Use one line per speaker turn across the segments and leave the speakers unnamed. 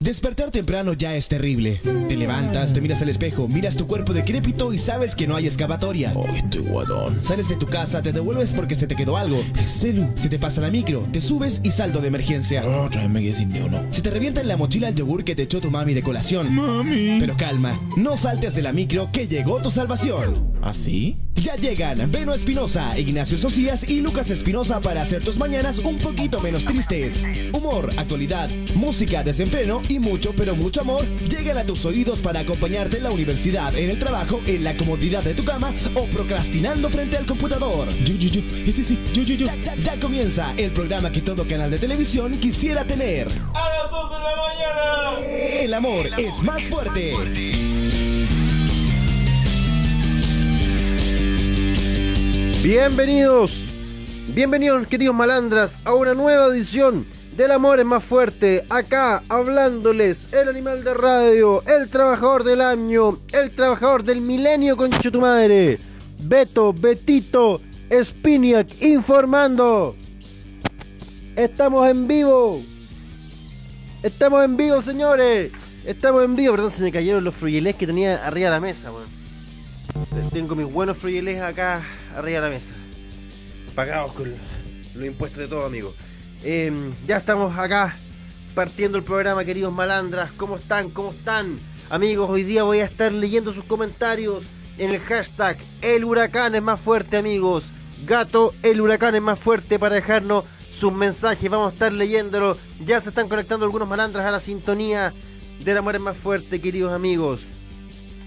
Despertar temprano ya es terrible. Te levantas, te miras al espejo, miras tu cuerpo decrépito y sabes que no hay excavatoria.
Ay, estoy guadón.
Sales de tu casa, te devuelves porque se te quedó algo.
El celu.
Se te pasa la micro, te subes y saldo de emergencia.
Ah, Otra vez me quedé sin ni uno.
Se te revienta en la mochila el yogur que te echó tu mami de colación.
Mami.
Pero calma, no saltes de la micro que llegó tu salvación.
¿Así?
Ya llegan Beno Espinosa, Ignacio Socias y Lucas Espinosa para hacer tus mañanas un poquito menos tristes. Humor, actualidad, música, desenfreno y mucho, pero mucho amor llegan a tus oídos para acompañarte en la universidad, en el trabajo, en la comodidad de tu cama o procrastinando frente al computador.
Yo, yo, yo. Ese sí. Yo, yo, yo.
Ya, ya- ya comienza el programa que todo canal de televisión quisiera tener.
a las 2 de la mañana.
El amor, es más fuerte.
Bienvenidos, bienvenidos queridos malandras a una nueva edición del Amor es más fuerte. Acá hablándoles el animal de radio, el trabajador del año, el trabajador del milenio con tu madre. Beto, Betito, Spiniak informando. Estamos en vivo. Estamos en vivo, señores. Estamos en vivo. Perdón, se me cayeron los frugelés que tenía arriba de la mesa, weón. Tengo mis buenos frijoles acá arriba de la mesa. Pagados con los impuestos de todo, amigo. Eh, ya estamos acá partiendo el programa, queridos malandras. ¿Cómo están? ¿Cómo están? Amigos, hoy día voy a estar leyendo sus comentarios en el hashtag El huracán es más fuerte, amigos. Gato, el huracán es más fuerte para dejarnos sus mensajes. Vamos a estar leyéndolo. Ya se están conectando algunos malandras a la sintonía del amor es más fuerte, queridos amigos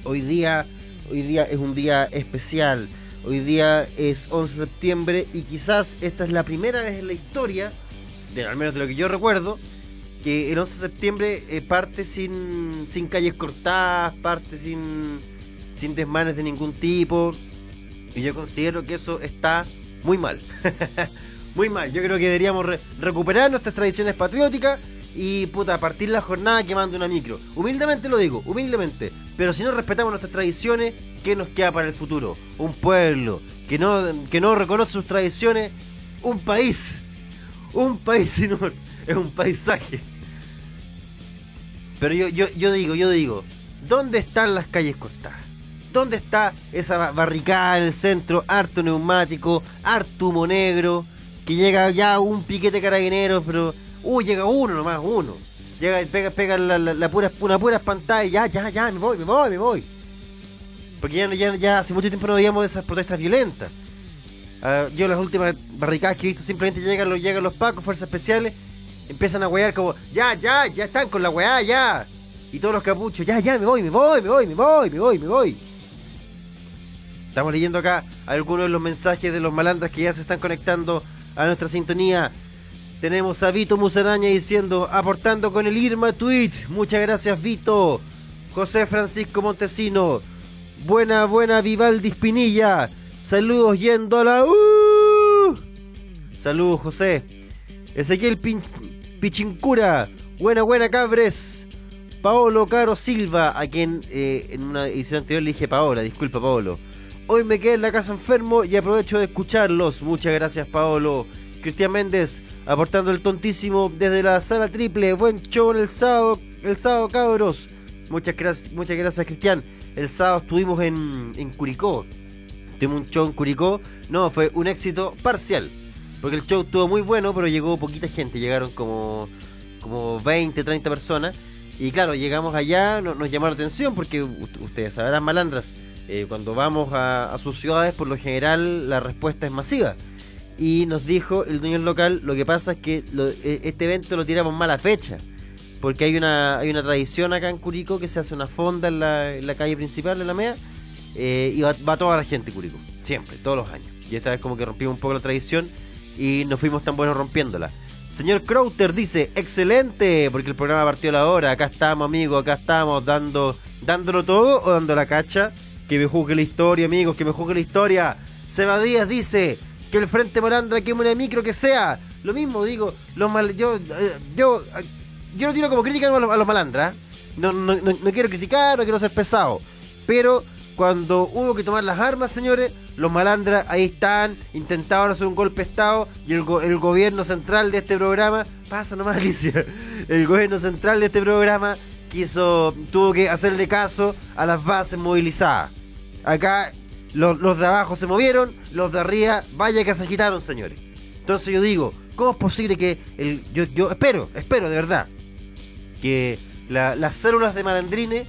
hoy día, hoy día es un día especial. Hoy día es 11 de septiembre y quizás esta es la primera vez en la historia, de, al menos de lo que yo recuerdo, que el 11 de septiembre eh, parte sin, sin calles cortadas, parte sin, sin desmanes de ningún tipo. Y yo considero que eso está muy mal. muy mal. Yo creo que deberíamos re- recuperar nuestras tradiciones patrióticas y puta, partir la jornada quemando una micro. Humildemente lo digo, humildemente. Pero si no respetamos nuestras tradiciones, ¿qué nos queda para el futuro? Un pueblo que no, que no reconoce sus tradiciones, un país. Un país sin honor. Es un paisaje. Pero yo, yo, yo digo, yo digo, ¿dónde están las calles cortadas? ¿Dónde está esa ba- barricada en el centro, harto neumático, harto humo negro, que llega ya un piquete de carabineros, pero... Uy, llega uno nomás, uno. Llega y pega, pega la, la- la pura, una pura espantada y ya, ya, ya, me voy, me voy, me voy. Porque ya, ya, ya hace mucho tiempo no veíamos esas protestas violentas. Ah, yo las últimas barricadas que he visto simplemente llegan los, llegan los pacos, fuerzas especiales, empiezan a huear como, ya, ya, ya están con la hueá, ya. Y todos los capuchos, ya, ya, me voy, me voy, me voy, me voy, me voy, me voy. Estamos leyendo acá algunos de los mensajes de los malandras que ya se están conectando a nuestra sintonía. Tenemos a Vito Musaraña diciendo, aportando con el Irma Tweet. Muchas gracias, Vito. José Francisco Montesino. Buena, buena, Vivaldi Espinilla. Saludos yendo a la U. Saludos, José. Ezequiel Pin- Pichincura. Buena, buena, cabres. Paolo Caro Silva, a quien eh, en una edición anterior le dije Paola, disculpa Paolo. Hoy me quedé en la casa enfermo y aprovecho de escucharlos. Muchas gracias Paolo. Cristian Méndez, aportando el tontísimo desde la sala triple. Buen show en el sábado, el sábado cabros. Muchas, gracias- muchas gracias Cristian. El sábado estuvimos en, en Curicó. Tuvimos un show en Curicó. No, fue un éxito parcial. Porque el show estuvo muy bueno, pero llegó poquita gente. Llegaron como, como 20, 30 personas. Y claro, llegamos allá, no- nos llamó la atención porque u- ustedes sabrán, malandras, eh, cuando vamos a, a sus ciudades, por lo general la respuesta es masiva. Y nos dijo el dueño del local, lo que pasa es que lo- e- este evento lo tiramos mala fecha. Porque hay una, hay una tradición acá en Curicó que se hace una fonda en la, en la calle principal, en la MEA, eh, y va, va toda la gente a Curicó, siempre, todos los años. Y esta vez como que rompimos un poco la tradición y no fuimos tan buenos rompiéndola. Señor Crowther dice, excelente, porque el programa partió la hora, acá estamos amigos, acá estamos dando, dándolo todo o dando la cacha. Que me juzgue la historia, amigos, que me juzgue la historia. Seba Díaz dice que el Frente Morandra queme una micro que sea. Lo mismo digo, los mal- yo, eh, yo, eh, yo no tiro como crítica a los, a los malandras. ¿eh? No, no, no, no quiero criticar, no quiero ser pesado. Pero Cuando hubo que tomar las armas, señores, los malandras ahí están, intentaban hacer un golpe de Estado y el, go- el gobierno central de este programa, pasa nomás Alicia, el gobierno central de este programa quiso, tuvo que hacerle caso a las bases movilizadas. Acá los, los de abajo se movieron, los de arriba, vaya que se agitaron, señores. Entonces yo digo, ¿cómo es posible que el, yo, yo espero, espero de verdad, que la- las células de malandrines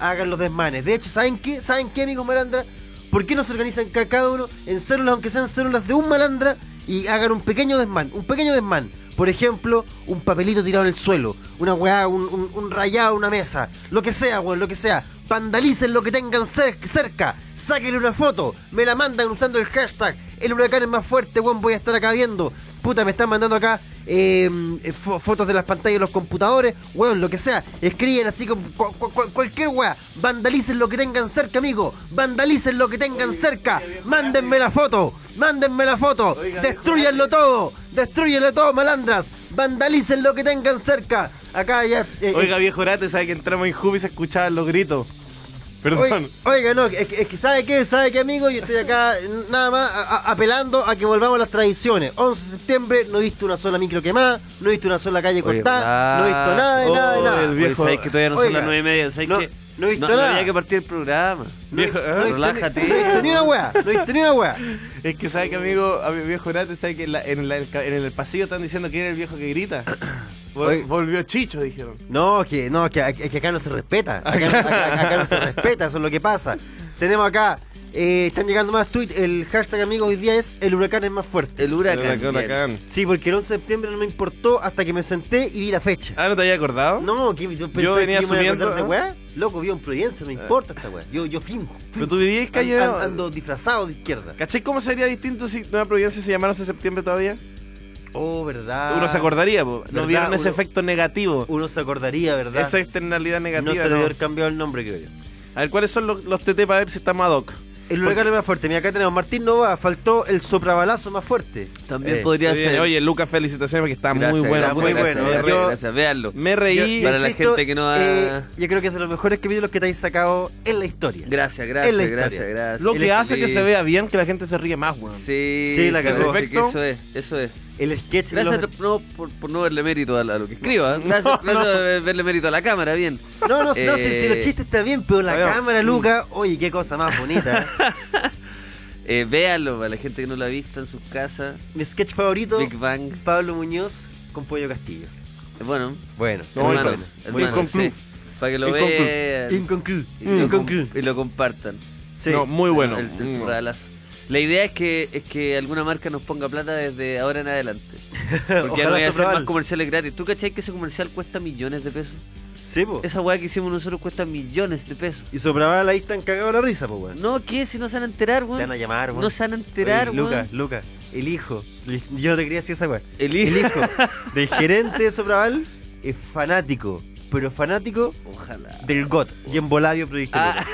hagan los desmanes. De hecho, ¿saben qué? ¿Saben qué, amigos malandra? ¿Por qué no se organizan ca- cada uno en células, aunque sean células de un malandra, y hagan un pequeño desmán? Un pequeño desmán. Por ejemplo, un papelito tirado en el suelo, una weá, un, un, un rayado, una mesa, lo que sea, weón, lo que sea. Vandalicen lo que tengan cer- cerca, sáquenle una foto, me la mandan usando el hashtag. El huracán es más fuerte, weón, voy a estar acá viendo. Puta, me están mandando acá eh, eh, fo- fotos de las pantallas de los computadores, weón, lo que sea. Escriben así como cu- cu- cu- cualquier weá. Vandalicen lo que tengan cerca, amigo. Vandalicen lo que tengan cerca. Mándenme la foto. Mándenme la foto. Destruyanlo todo. Destruyanlo todo, malandras. Vandalicen lo que tengan cerca. Acá ya. eh, eh,
Oiga, viejo Rate, ¿sabes que entramos en Hub y se escuchaban los gritos? Perdón.
Oiga, oiga, no, es que, es que ¿sabe qué? ¿Sabe qué, amigo? Yo estoy acá eh, nada más a- a- apelando a que volvamos a las tradiciones. 11 de septiembre, no he visto una sola micro quemada, no he visto una sola calle
Oye,
cortada, no he visto nada de
oh,
nada de nada.
el
No
vi-
Oye,
viejo.
sabes que todavía no son
Oiga,
las nueve y media, sabes
no-
que
no he visto nada.
había que partir el programa.
he-
Viejo, ¿eh?
no he visto ni-
Relájate.
No he visto ni una wea, no he visto ni una wea.
Es que sabe que amigo, a mi viejo Nate, sabe que en, la- en la- en el pasillo están diciendo que era el viejo que grita. Vol-
Oye.
volvió Chicho, dijeron.
No, es que, no, es que, es que acá no se respeta. Acá, acá- acá no se respeta, eso es lo que pasa. Tenemos acá, eh, están llegando más tweets. El hashtag, amigo, hoy día es el huracán es más fuerte.
El huracán.
Sí, porque el 11 de septiembre no me importó hasta que me senté y vi la fecha.
Ah, ¿no te había acordado?
No, que yo pensé
Yo venía Ah.
que yo me iba a
subiendo,
acordar de
¿ah?
weá. Loco, vivo en Providencia, no me importa esta weá. Yo, yo finjo.
Pero
finjo.
tú vivías
An- an-
callado.
ando disfrazado de izquierda.
¿Cachai cómo sería distinto si Nueva Providencia se llamara 11 de septiembre todavía?
Oh, verdad.
Uno se acordaría, po.
¿verdad?
no vieron ese
Uno-
efecto negativo,
Uno se acordaría, ¿verdad?
esa externalidad
no
negativa.
se le
¿no?
dio el cambiado el nombre, creo yo.
A ver, ¿cuáles son los, los TT para ver si estamos ad hoc?
El huracán es más fuerte. Mira, acá tenemos Martín Nova. Faltó el soprabalazo más fuerte.
También
Eh,
podría
Oye,
ser.
Oye, Lucas, felicitaciones porque está
Gracias,
muy bueno.
gracias,
muy
gracias,
bueno.
Gracias,
Yo
gracias, véanlo.
me reí.
Yo- Para la gente que no ha-
eh, yo creo que es de los mejores capítulos que te habéis sacado en la historia.
Gracias,
Es la
gracias,
historia.
gracias, gracias.
lo que
El
hace que
feliz.
se vea bien, que la gente se ríe más, weón.
Sí,
Sí, la
sí,
cagó.
sí, que
Perfecto.
Eso es, eso es.
El sketch de
Gracias
los-
no, por, por no verle mérito a, la- a lo que escriba. ¿eh? Gracias, gracias por ver- verle mérito a la cámara, bien.
No, no, no, si,
Eh, Mm.
si los chistes están bien, pero la
Oiga.
cámara, Luca, oye, qué cosa más bonita.
Eh, véanlo, a la gente que no lo ha visto en sus casas.
Mi sketch favorito,
Big Bang.
Pablo Muñoz con Pollo Castillo.
Eh, Bueno,
Bueno,
No,
hermano,
bueno.
hermano,
Inconclu.
sí. Para que lo
Inconclu.
vean.
Inconclu.
y, lo com-
Inconclu.
y lo compartan.
Sí.
No, muy bueno.
El, el
Muy bueno.
sobradalazo. La idea es que, es que alguna marca nos ponga plata desde ahora en adelante. Porque ya
Ojalá
no voy a hacer
Soprabal.
más comerciales gratis. ¿Tú cachai que ese comercial cuesta millones de pesos?
Sí, po.
Esa weá que hicimos nosotros cuesta millones de pesos.
Y sobraba ahí están cagados la risa, po, weón.
No, ¿qué? Si no se van a enterar,
Te van a
weón.
llamar, weón.
No se van a enterar,
Oye,
weón.
Luca, Luca, el hijo. Yo no te quería decir esa weón.
El hijo.
Del gerente de Sopraval es fanático, pero fanático
Ojalá.
del GOT y en Voladio Proyecto.
Ah.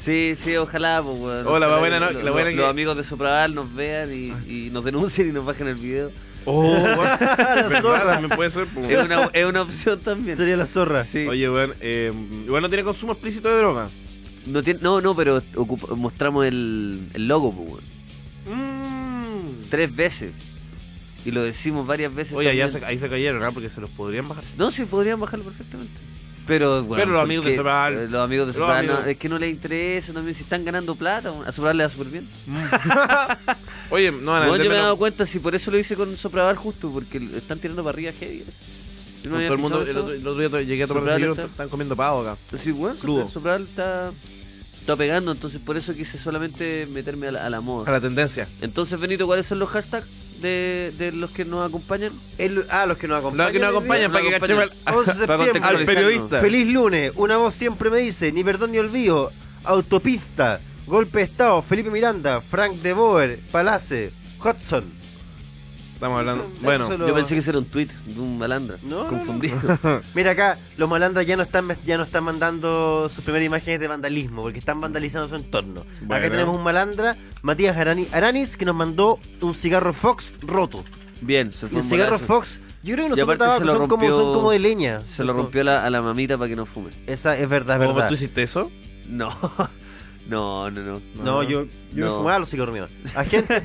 sí, sí, ojalá, pues, weón.
Hola,
Ojalá
va buena,
que
¿no?
lo-
La buena
lo-
que-
Los amigos de Sopraval nos vean y, y nos denuncien y nos bajen el video.
Oh, weón. ¿Verdad?
zorra.
También puede ser. pues, po.
Es una, es una opción también.
Sería la zorra.
Sí.
Oye, weón, eh, weón, no tiene consumo explícito de droga.
No, tiene- no, no, pero ocupa- mostramos el, el logo, pues, weón. Tres veces. Y lo decimos varias veces.
Oye, allá
también.
se- ahí se cayeron, ¿ah? Porque se los podrían bajar.
No, sí, podrían bajarlo perfectamente. Pero, bueno,
Pero los amigos de
porque,
Sobral.
eh, Los amigos de
Los
Sobral, no,
amigos.
es que no les interesa también. Si están ganando plata, a Sobral le da súper bien.
Mm. Oye, no van a
Bueno, yo me he
entenderlo.
dado cuenta, si por eso lo hice con Sopraval justo, porque l- están tirando para arriba heavy. ¿eh? Yo no
Con
había
todo el mundo,
fijado
el
eso.
otro, el otro día to- llegué a tomar
Sobral
desayuno,
está-
están comiendo pavo acá.
Sí, bueno,
Crudo.
Sopraval está, está pegando, entonces por eso quise solamente meterme a la, a la
A
moda.
la tendencia.
Entonces, Benito, ¿cuáles son los hashtags de, de los que nos acompañan?
El- ah, los que nos acompañan.
Los que nos
hoy día.
acompañan para que cachemos al,
11 de
Para
septiembre.
contextualizarnos.
al periodista.
Feliz lunes, una voz siempre me dice, ni perdón ni olvido, autopista, golpe de estado, Felipe Miranda, Frank de Boer, Palace, Hudson.
Estamos hablando.
Eso-
Bueno,
eso lo-
Yo pensé que ese era un tweet de un malandra.
No, no, no.
Confundido.
Mira acá, los malandras ya no están ya no están mandando sus primeras imágenes de vandalismo, porque están vandalizando su entorno.
Bueno.
Acá tenemos un malandra, Matías Arani- Aranis, que nos mandó un cigarro Fox roto.
Bien, se
Y
fue
el
un
cigarro
bolazo.
Fox, yo creo que no
Y
son de
aparte se
tabaco,
lo
son como,
rompió-
son como de leña.
Se lo rompió la- a la mamita para que no fume.
Esa es verdad, es
¿cómo
verdad.
tú hiciste eso?
No, no, no, no.
No, yo, yo
No.
me fumaba los cigarros míos. Agente,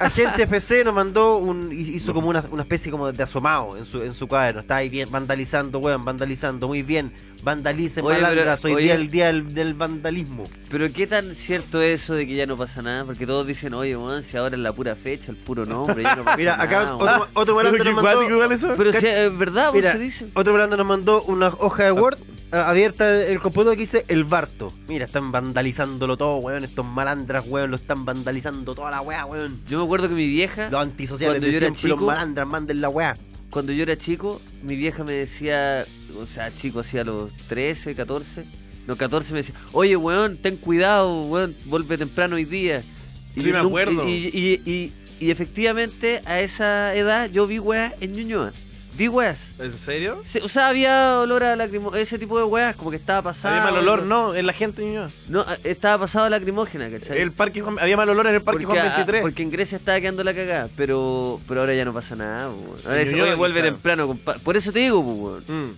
agente FC nos mandó un. hizo como una, una especie como de asomado en su, en su cuaderno. Está ahí bien, vandalizando, weón, vandalizando, muy bien. Vandalicen,
Oye, pero-
malandras, hoy
oye.
día el día del, del vandalismo.
Pero qué tan cierto es eso de que ya no pasa nada, porque todos dicen, oye, weón, si ahora es la pura fecha, el puro nombre, ya no pasa
Mira, acá
nada. weón".
otro, otro volante nos mandó.
guático igual eso?
Pero si es verdad,
Mira,
vos se dice.
otro volante nos mandó una hoja de Word a- abierta en el computador que dice el Barto. Mira, están vandalizándolo todo, weón. Estos malandras, weón, lo están vandalizando toda la weá, weón.
Yo me acuerdo que mi vieja,
Los antisociales
Cuando
de
yo era
siempre, los
chico-
malandras, manden la weá.
cuando yo era chico, mi vieja me decía, o sea, chico, hacía los 13, 14, no, 14 me decía, oye, weón, ten cuidado, weón, vuelve temprano hoy día.
Sí,
yo
me
nunca-
acuerdo.
Y, y- y- y efectivamente, a esa edad, yo vi weas en Ñuñoa. Vi weas.
¿En serio?
Sí, O sea, había olor a lacrimo... ese tipo de weas, como que estaba pasado.
Había mal olor, no, en la gente, niño.
No, a- estaba pasado lacrimógena, ¿cachai?
El parque Juan- había mal olor en el parque Juan
ah,
23.
porque en Grecia estaba quedando la cagada, pero, pero ahora ya no pasa nada. po, weón. Ahora
En
dice,
Ñuñoa
"Oye, vuelve
quizá".
temprano, compadre. Por eso te digo, po, weón.
Mm.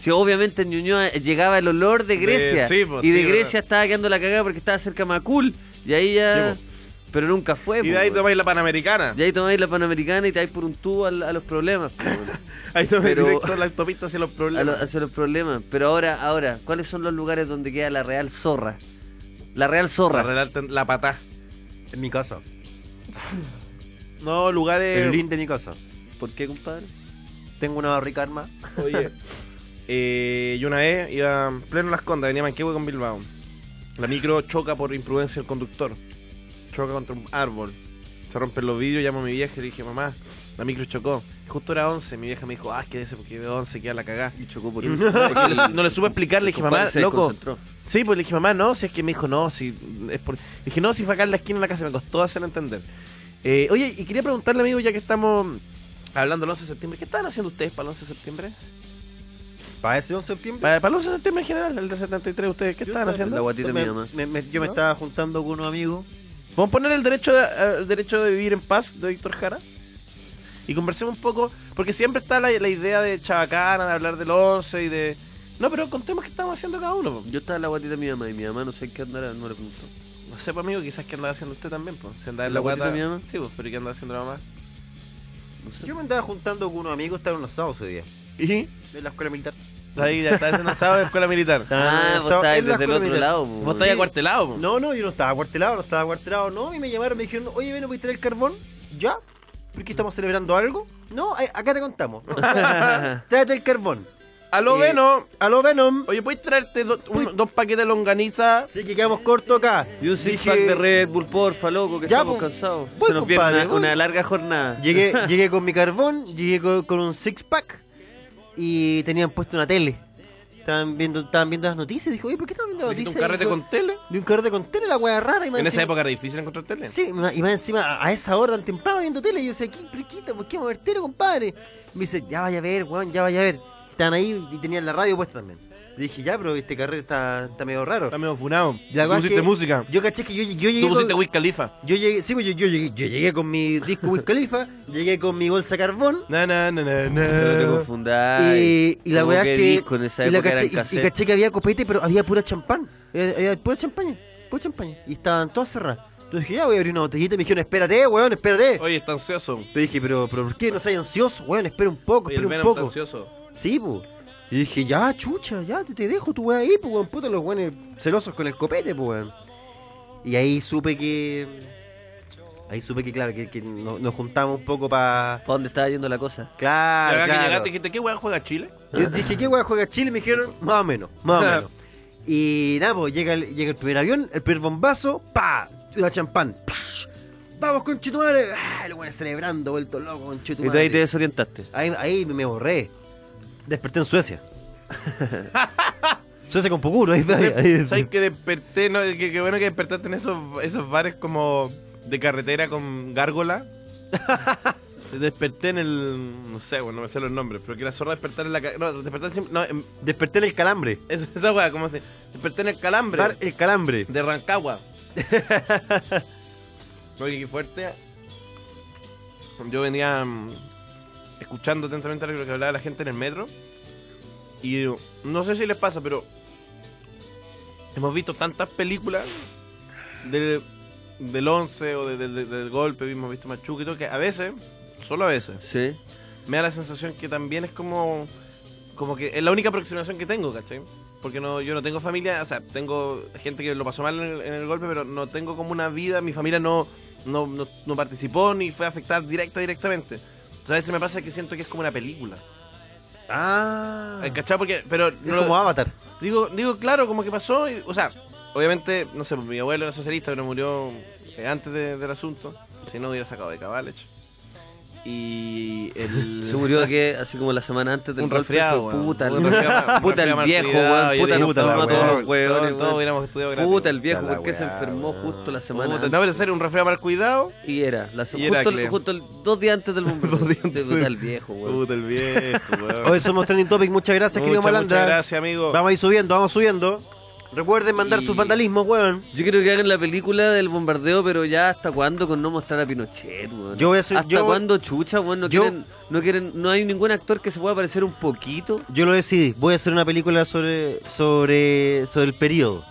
Si obviamente en Ñuñoa llegaba el olor de
De-
Grecia.
sí, po,
y de
sí,
Grecia
verdad.
estaba quedando la cagada porque estaba cerca de Macul. Y ahí ya.
Sí, po.
pero nunca fue,
Y
po,
de ahí
weón.
tomáis la Panamericana.
Y ahí tomáis la Panamericana y te vais por un tubo al- a, los problemas, po, weón.
Ahí tomáis
Pero-
directo la autopista hacia los
a lo-
problemas.
hacia los problemas. Pero ahora, ahora, ¿cuáles son los lugares donde queda la Real Zorra? La Real Zorra.
Para arreglarte la patá.
En mi casa.
No, lugares.
El link de mi casa.
¿Por qué, compadre?
Tengo una barrica arma.
Oye, eh, yo una vez iba en pleno Las Condas, venía Manquehue con Bilbao. La micro choca por imprudencia del conductor. Choca contra un árbol. Se rompen los vidrios, llamo a mi vieja y le dije, mamá, la micro chocó. Justo era 11, mi vieja me dijo, ah, quédese porque de 11 queda la cagá.
Y chocó por
Y no, le- no le supe explicar, le dije, mamá, loco. Sí, pues le dije, mamá, no, si es que me dijo, no, si es por... Le dije, no, si fue acá en la esquina de la casa, me costó hacer entender. Eh, oye, y quería preguntarle, amigo, ya que estamos hablando del 11 de septiembre, ¿qué estaban haciendo ustedes para el 11 de septiembre?
Para ese 11 de septiembre.
Para, para el 11 de septiembre en general, el de 73, ¿ustedes qué estaban
La
haciendo?
guatita de mi
me-
mamá.
me- me- yo me estaba juntando con unos amigos.
Vamos a poner el derecho, de, eh, el derecho de vivir en paz de Víctor Jara y conversemos un poco, porque siempre está la, la idea de Chabacana, de hablar del 11 y de... No, pero contemos qué estamos haciendo cada uno. po.
Yo estaba en la guatita de mi mamá y mi mamá no sé en qué andará, no le preguntó.
No sé, pues, amigo, quizás qué andaba haciendo usted también, pues. Si andaba en
¿La
la
guatita
guata...
de mi mamá?
Sí, pues, pero ¿qué andaba haciendo la mamá?
No sé.
Yo me andaba juntando con unos amigos. Estaba en los sábados ese día.
¿Y?
De la escuela militar.
Ahí ya está haciendo asado de escuela militar.
Ah,
Ah,
vos
so-
estabas
en la
desde el otro
escuela
lado. pues. po,
Vos
weón.
estás acuartelado, pues. po.
No, no, yo no estaba acuartelado, no estaba acuartelado. No, a mí me llamaron, me dijeron, oye, ven, ¿no ¿puedes traer el carbón? ¿Ya? ¿Por qué estamos celebrando algo? No, a- acá te contamos. No, tráete el carbón.
Aló,
Eh,
Veno.
Aló, Venom.
Oye, ¿puedes traerte do- un- dos paquetes de longaniza?
Así que quedamos corto acá.
Y un six
Dije-
pack de Red Bull, porfa, loco, que
Ya,
estamos
po.
cansados.
Voy,
Se nos viene
compadre,
una,
voy.
una larga jornada.
Llegué, llegué con mi carbón, llegué co- con, un six pack y tenían puesto una tele. Estaban viendo, estaban viendo las noticias. Dijo, oye, ¿por qué estaban viendo las
¿Trajiste
noticias?
¿Un carrete
Dijo,
con tele?
De un carrete con tele, la wea rara. Y más
En esa
encima-
época era difícil ¿eh? encontrar tele.
Sí, ma- y más encima a- a esa hora tan temprano viendo tele. Y yo decía, ¿qué, pero qué, ¿por qué vamos a ver tele, compadre? Me dice, ya vaya a ver, weón, ya vaya a ver. Estaban ahí y tenían la radio puesta también. Le dije, ya, pero este carrete está, está medio raro.
Está medio funado.
La
Tú
verdad es
pusiste
que-
música.
Yo caché que yo, yo llegué.
Tú pusiste
con-
Wiz Khalifa.
Yo llegué, sí, pues yo, yo llegué, yo llegué con mi disco Wiz Khalifa, llegué con mi bolsa carbón.
Na, na, na, na,
No te
na.
confundáis.
Y, y la
Como
weá es que.
disco en esa
y, la
época
caché,
eran
y- y
cassette.
caché que había copete, pero había pura champán. Había, había pura champaña, pura champaña. Y estaban todas cerradas. Entonces dije, ya voy a abrir una botellita. Y me dijeron, espérate, weón, espérate.
Oye, está ansioso.
Yo dije, pero, pero ¿por qué no seas ansioso, weón? Espera un poco,
Oye, el
espera un
Venom está
poco.
ansioso.
Sí, pues. Y dije, ya, chucha, ya, te, te dejo tu weá ahí, pues, weón. Puta, los weones celosos con el copete, pues, weón. Y ahí supe que. Ahí supe que, claro, que, que no- nos juntamos un poco para.
¿Para dónde estaba yendo la cosa?
Y
Claro,
acá que
claro.
llegaste y dijiste, ¿qué weá juega Chile?
Yo dije, ¿qué weá juega Chile? Y me dijeron, más o menos, más o menos. Y nada, pues llega el, llega el primer avión, el primer bombazo, ¡pa! Una champán. ¡Psh! ¡Vamos, conchetumare! ¡Ah! El weón celebrando, vuelto loco,
Y tú ahí te
conchetumare.
desorientaste.
Ahí, ahí me borré. Desperté en Suecia. Suecia con Pocuro, ahí, ahí, ahí.
¿Sabes que desperté? No, que, que bueno que despertaste en esos, esos bares como de carretera con gárgola. desperté en el. No sé, bueno, no me sé los nombres, pero que la zorra despertar en la. ca- No, despertar siempre. No, en-
Desperté en el calambre.
eso- esa weá, ¿cómo se? Desperté en el calambre
Bar el calambre.
de Rancagua. Oye, qué fuerte. Yo venía mm, escuchando atentamente lo que hablaba mm, la gente en el metro. Y eh, no sé si les pasa, pero Hemos visto tantas películas del, del 11 o de- de- de- del golpe, hemos visto Machuca y todo, que a veces, solo a veces,
Sí.
me da la sensación que también es como como que es la única aproximación que tengo, ¿cachai? Porque no, yo no tengo familia, o sea, tengo gente que lo pasó mal en el, en el golpe, pero no tengo como una vida, mi familia no, no, no, no participó ni fue afectada directa, directamente. Entonces a veces me pasa que siento que es como una película.
Ah.
Eh, ¿Cachai? Porque, pero
Es
no lo-
como Avatar.
digo, digo, claro, como que pasó, y- o sea, obviamente, no sé, mi abuelo era socialista, pero murió eh, antes de- del asunto, si no hubiera sacado de cabalech. Y el...
Se murió que así como la semana antes del
un
golpe,
resfriado,
fue,
weón.
puta,
Un
el-
resfriado mal- un
puta
resfriado
el
mal
viejo,
cuidado,
weón,
yo
puta
digo,
nos enfermó a todos
weón,
los huevones,
todos
weón.
hubiéramos estudiado gratis.
Puta el viejo,
Puta la
porque se
weá,
enfermó
weón.
justo la semana
Puta,
antes.
no, pero en serio, un resfriado mal cuidado.
Y era, la se-
Y era
justo, el-
Clem.
justo el, dos días antes del bombero.
Dos días antes.
Puta el viejo, weón.
Puta el viejo, weón.
Hoy somos Trending Topic. Muchas gracias,
Muchas,
querido Malandra.
Muchas gracias, amigo.
Vamos a ir subiendo, vamos subiendo. Recuerden mandar
Y-
sus vandalismos, weón.
Yo quiero que hagan la película del bombardeo, pero ya hasta cuándo con no mostrar a Pinochet, weón.
Yo voy a ser-
hasta
yo-
cuándo chucha, weón, no
yo-
quieren, no quieren, no hay ningún actor que se pueda parecer un poquito.
Yo lo decidí. Voy a hacer una película sobre sobre sobre el periodo. Voy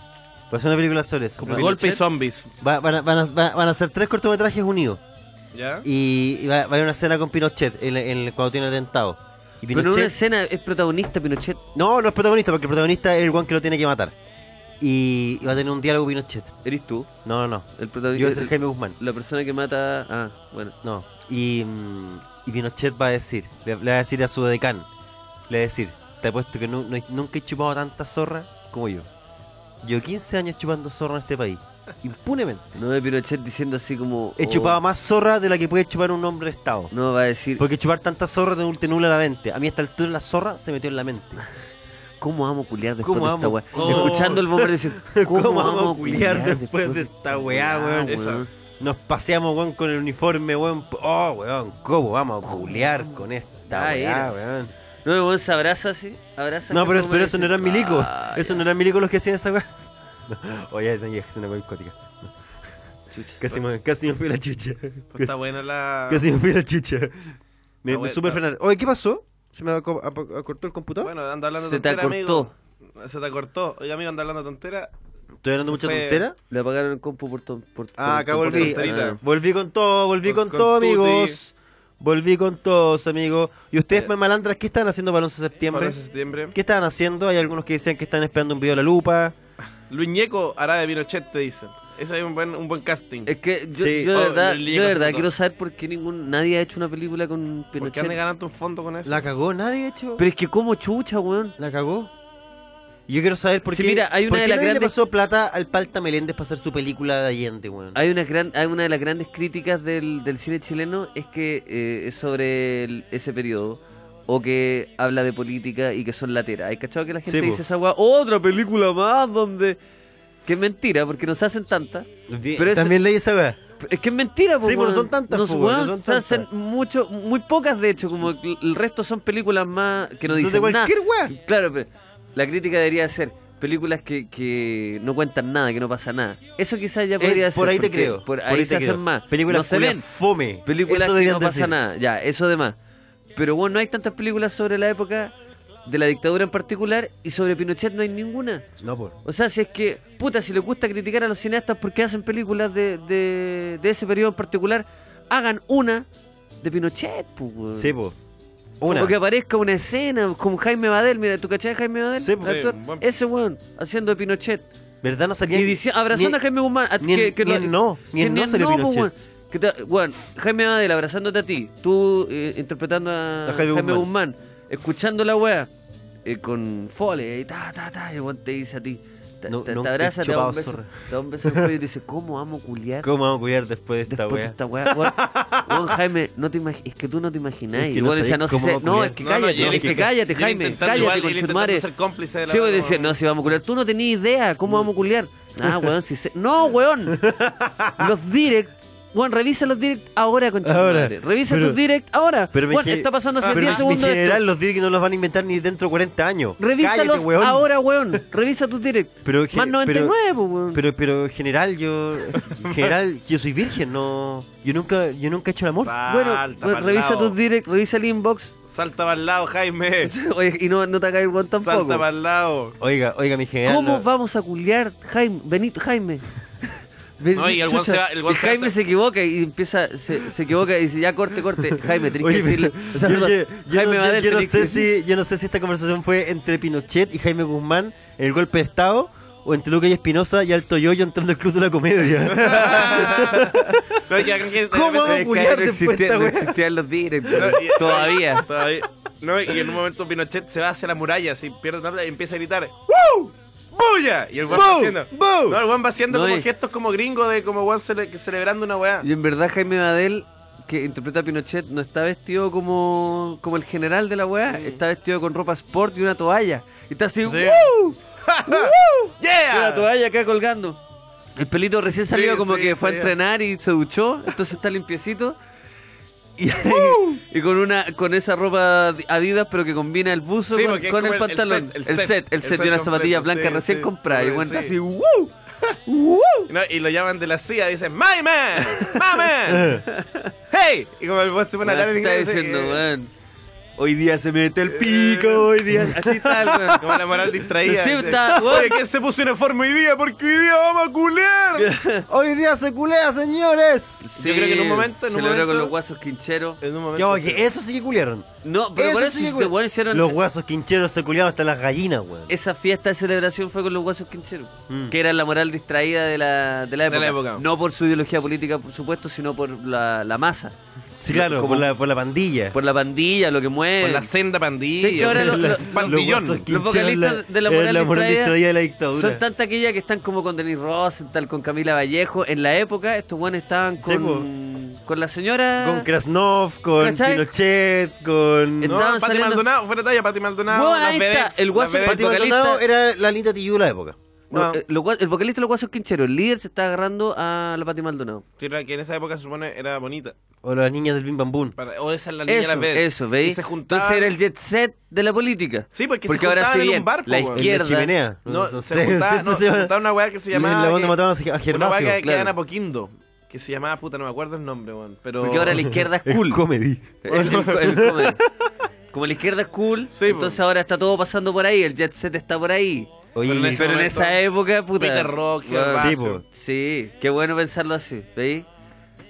a hacer una película sobre eso.
Como
Va-
golpe y zombies.
va- van, a, van, a, va- van a hacer tres cortometrajes unidos.
¿Ya?
Y, y va, va a haber una escena con Pinochet en, la- en la- cuando tiene atentado. Y
Pero en una
Pinochet-
escena es protagonista Pinochet.
No, no es protagonista, porque el protagonista es el one que lo tiene que matar. Y, y va a tener un diálogo Pinochet.
Eres tú,
No, no, no. Yo voy
el
a
protagonista.
ser Jaime Guzmán.
La persona que mata. Ah, bueno.
No. Y, mm, y Pinochet va a decir, le, le va a decir a su decán, le va a decir, te apuesto que nu- no he- nunca he chupado tanta zorra como yo. Yo 15 años chupando zorra en este país, impunemente.
No de Pinochet diciendo así como.
He
oh,
chupado más zorra de la que puede chupar un hombre de Estado.
No va a decir.
Porque chupar tanta zorra te nul- te nula la mente. A mí a esta altura la zorra se metió en la mente.
¿Cómo amo culiar después
¿Cómo
de esta
amo?
weá?
¿Cómo?
Escuchando el bombero decir. ¿Cómo, amo culiar después, Ah,
de esta weá, weón?
Esa.
Nos paseamos, weón, con el uniforme, weón. Oh, weón, ¿cómo vamos a culear con esta
Ah,
weá,
era.
weón?
No, el weón se abraza así. Abraza
No,
acá
pero,
como
pero eso no
dice,
eran milicos.
"Ah,
eso
ya".
no eran milicos los que hacían esa weá. Oye, tenía que hacer una weá psicótica.
Chucha.
Casi me, casi me fui a la chucha.
Pues Está
Casi,
buena la.
casi me fui a la chucha. Me,
Está
me
bueno,
super
está-
frenar. Oye, ¿qué pasó? ¿Se me aco- ap- acortó el computador?
Bueno, anda hablando
Se te
tontera,
acortó.
amigo. Se te acortó. Oiga, amigo, anda hablando tontera.
¿Estoy
se
hablando mucha
fue-
tontera?
Le apagaron el compu por todo. Por,
Ah, acá volví.
tonterita.
Volví con todo, volví
Con-
con,
con
todo,
tutti.
amigos. Volví con todos, amigos. ¿Y ustedes,
Eh.
más malandras, qué estaban haciendo para el 11 de septiembre?
Ahora es septiembre.
¿Qué estaban haciendo? Hay algunos que decían que están esperando un video de la lupa.
Luis Ñeco hará de Pinochet, te dicen. Ese es un buen, un buen casting.
Es que Ah, yo,
Sí.
yo de
Oh,
verdad,
le- le
yo de
llegó
verdad
segundo.
quiero saber por qué ningún, nadie ha hecho una película con
¿Por qué
Pinochet.
andan ganando un fondo con eso?
La cagó, nadie, de hecho.
Pero es que como chucha, weón.
La cagó. Yo quiero saber por
Sí,
qué,
mira, hay una
por
de
qué
las
nadie le
grandes-
pasó plata al Palta Meléndez para hacer su película de Allende, weón.
Hay una, gran, hay una de las grandes críticas del, del cine chileno es que eh, es sobre el- ese periodo o que habla de política y que son lateras. ¿Hay cachado que la gente
Sí, po.
dice esa weá? Otra película más donde... Que es mentira, porque nos hacen tanta. pero eso-
También leí esa weá.
Es que es mentira, po,
Sí, po, no
weón.
son tantas,
Nos,
po, weón, no
weón,
son
se hacen
tantas.
mucho, muy pocas, de hecho, como el el resto son películas
Ah,
más que no
Entonces,
dicen nada.
cualquier weá.
Claro, pero la crítica debería ser películas que, que no cuentan nada, que no pasa nada. Eso quizás ya podría
Eh,
ser.
por ahí te
porque
creo.
Por ahí
te
se
creo.
hacen más.
Películas
no se
culias
ven.
fome.
Películas
Eso
que
deberían
no pasa
decir.
nada. Ya, eso de más. Pero bueno, no hay tantas películas sobre la época de la dictadura en particular y sobre Pinochet no hay ninguna.
No, por.
O sea, si es que, puta, si les gusta criticar a los cineastas porque hacen películas de, de, de ese periodo en particular, hagan una de Pinochet, pues, weón.
Sí, po. Una.
O que aparezca una escena con Jaime Badel. Mira, ¿tú cachás a Jaime Badel?
Sí, pues.
El actor?
Sí, un buen-
Ese weón, haciendo de Pinochet.
¿Verdad? No salía.
Y dici- abrazando a Jaime Guzmán. a-
ni en-
que- que
ni
lo-
en no, ni en
que
no salió
pues,
Pinochet.
weón. Que te- weón, Jaime Badel abrazándote a ti, tú eh, interpretando a,
A
Jaime,
Jaime
Guzmán. escuchando la weá, eh, con Fole, y ta, ta, ta, y el weón te dice a ti, ta-
No-
ta- te,
nunca he
abraza, te da un
chupado
beso,
zorra.
te da un beso en el cuello y te dice, ¿cómo amo culiar?
¿Cómo vamos a cuidar después de esta
Después de
weá?
esta weá, weón, Weón, Jaime, no te imagi- es que tú no te imaginás.
Es
Es
que
que
no
no,
sabés
no,
cómo vamos
sé-
a
no,
culiar.
es que
No, no,
cállate,
y él
es que
intenta-
cállate,
y él
Jaime,
intentando
cállate,
igual, y él
conchetumare.
intentando ser cómplice de la
Sí, vos
weá,
decís,
weón.
no, si vamos a culiar, tú no tenías idea cómo vamos a culiar. Ah, weón, si sé. No, weón. Los direct. Weón, revisa los direct ahora,
Ahora,
conchetumare. Revisa
pero-
tus direct ahora.
Pero mi
Weón,
gen-
está pasando hace
pero
10
mi-
segundos.
Mi
esto.
general, los dirk no los van a inventar ni dentro de 40 años.
Revísalos
Cállate, weón.
ahora, weón. Revisa tus direct.
Pero, gen-
Más 99, pues, weón.
Pero, pero general, yo. General, yo soy virgen, no. Yo nunca, yo nunca he hecho el amor.
Falta,
bueno, weón,
pa'l
revisa
lado.
tus direct, revisa el inbox.
Salta para el lado, Jaime.
Oye, y no, no te cae el weón tampoco.
Salta para el lado.
Oiga, oiga, mi general.
¿Cómo
no-
vamos a culiar Jaime? Benito, Jaime.
No, y el weón se va- el weón
y
se
Jaime
va-
se equivoca y empieza, se, se equivoca y dice, ya corte, corte. Jaime, tenés
Oye,
que decirle.
pero-
o sea,
yo-
perdón,
yo- yo no-
Jaime
yo-
Madel,
yo no
tenés que
sé
decir-
si yo no sé si esta conversación fue entre Pinochet y Jaime Guzmán en el golpe de Estado o entre Luca y Espinosa y Alto Yoyo entrando al Club de la Comedia.
No, y acá que-
¿Cómo?
Pero es que
culiar
no
después
existía-
esta
no
wea.
existían los directos.
No, y-
Todavía.
Todavía. No, y en un momento Pinochet se va hacia la muralla, así pierde la tabla y empieza a gritar ¡Woo! ¡Bulla! Y el guan va
¡Boo!
haciendo.
¡Boo!
No, el guan va haciendo
No,
como
y-
gestos como gringo de como guan cele- que celebrando una weá.
Y en verdad Jaime Madel, que interpreta a Pinochet, no está vestido como, como el general de la weá, está vestido con ropa sport y una toalla. Y está así, ¡Woo! Y una
¡Yeah!
toalla acá colgando. El pelito recién salido
Sí,
como
sí,
que fue a
sí.
entrenar y se duchó, entonces está limpiecito. Y, y con una con esa ropa Adidas pero que combina el buzo
Sí,
con,
porque es
con
como
el,
el- el
pantalón.
set,
El
el
set, el set,
set, el set
y una
completo,
zapatilla
sí,
blanca recién
sí,
comprada. Y
pobre,
el weón está
sí.
así, ¡Woo! ¡Woo!
No, y lo llaman de la CIA, dicen ¡My man! ¡My man! ¡Hey! Y como el guan se pone a hablar en
está
inglés. así,
diciendo,
eh,
weón. Hoy día se mete el pico, hoy día. Así está el weón.
Como la moral distraída.
Sí,
dice,
está, weón.
Oye, ¿quién se puso uniforme hoy día? Porque hoy día vamos a culear.
Hoy día se culea, señores.
Yo creo que en un momento, en un
celebró con
momento-
los guasos quincheros.
En un
Ya,
momento.
oye, eso sí que culearon.
No, pero
Eso
por eso
sí que
si
cul-
te weón hicieron.
Los guasos quincheros se culearon hasta las gallinas, weón.
esa fiesta de celebración fue con los guasos quincheros,
Mm.
que era la moral distraída de la, de la época.
la época.
No por su ideología política, por supuesto, sino por la, la masa,
Sí, claro,
Como-
por la, por la pandilla.
por la pandilla, lo que mueve.
Por la senda pandilla.
Sí, que ahora lo- lo-
pandillón.
guasos
Los
quincheros,
vocalistas de la
eh,
moral distraída
de la
Son
dictadura.
tanta aquellas que están como con Denis Rosenthal, con Camila Vallejo. En la época, estos guanes estaban
Sí,
con, con la señora.
Con Krasnov, con
Eh, ¿Cachai?
Pinochet, con...
No, Pati
Estaban saliendo-
Maldonado, fuera talla, Pati Maldonado.
Bueno,
las
ahí está,
vedettes,
el guaso
las
Pati
vedettes.
vocalista-
Maldonado era la linda tillú de la época.
No,
No.
eh, los gua- el vocalista de los guasos quincheros, el líder, se está agarrando a la Pati Maldonado.
Sí, era que en esa época se supone era bonita.
O las niñas del Bim Bam Boom.
Para- O esa es la niña de
Eso,
las vedettes.
eso,
Y
¿veis?
se juntaban.
Entonces era el jet set de la política.
Sí, porque,
Porque
se
ahora
juntaban
sí
en
bien,
un bar, po,
la
weón.
El de
izquierda.
chimenea.
No,
sé,
se juntaba,
siempre
no,
se
se
llama-
juntaba una weá que se llamaba...
La banda
que-
mataron a Ge- a
Una weá que
Gervasio.
quedaba en
claro.
Apoquindo. Que se llamaba, puta, no me acuerdo el nombre, weón. Pero...
Porque ahora la izquierda es cool.
El comedy.
El- el- el comedy. Como la izquierda es cool,
Sí,
entonces
po.
ahora está todo pasando por ahí, el jet set está por ahí.
Oye,
Pero en ese
Pero en
momento,
esa época, puta.
Peter Rock,
weón,
Gervasio.
Sí, po.
sí, qué bueno pensarlo así, ¿veis?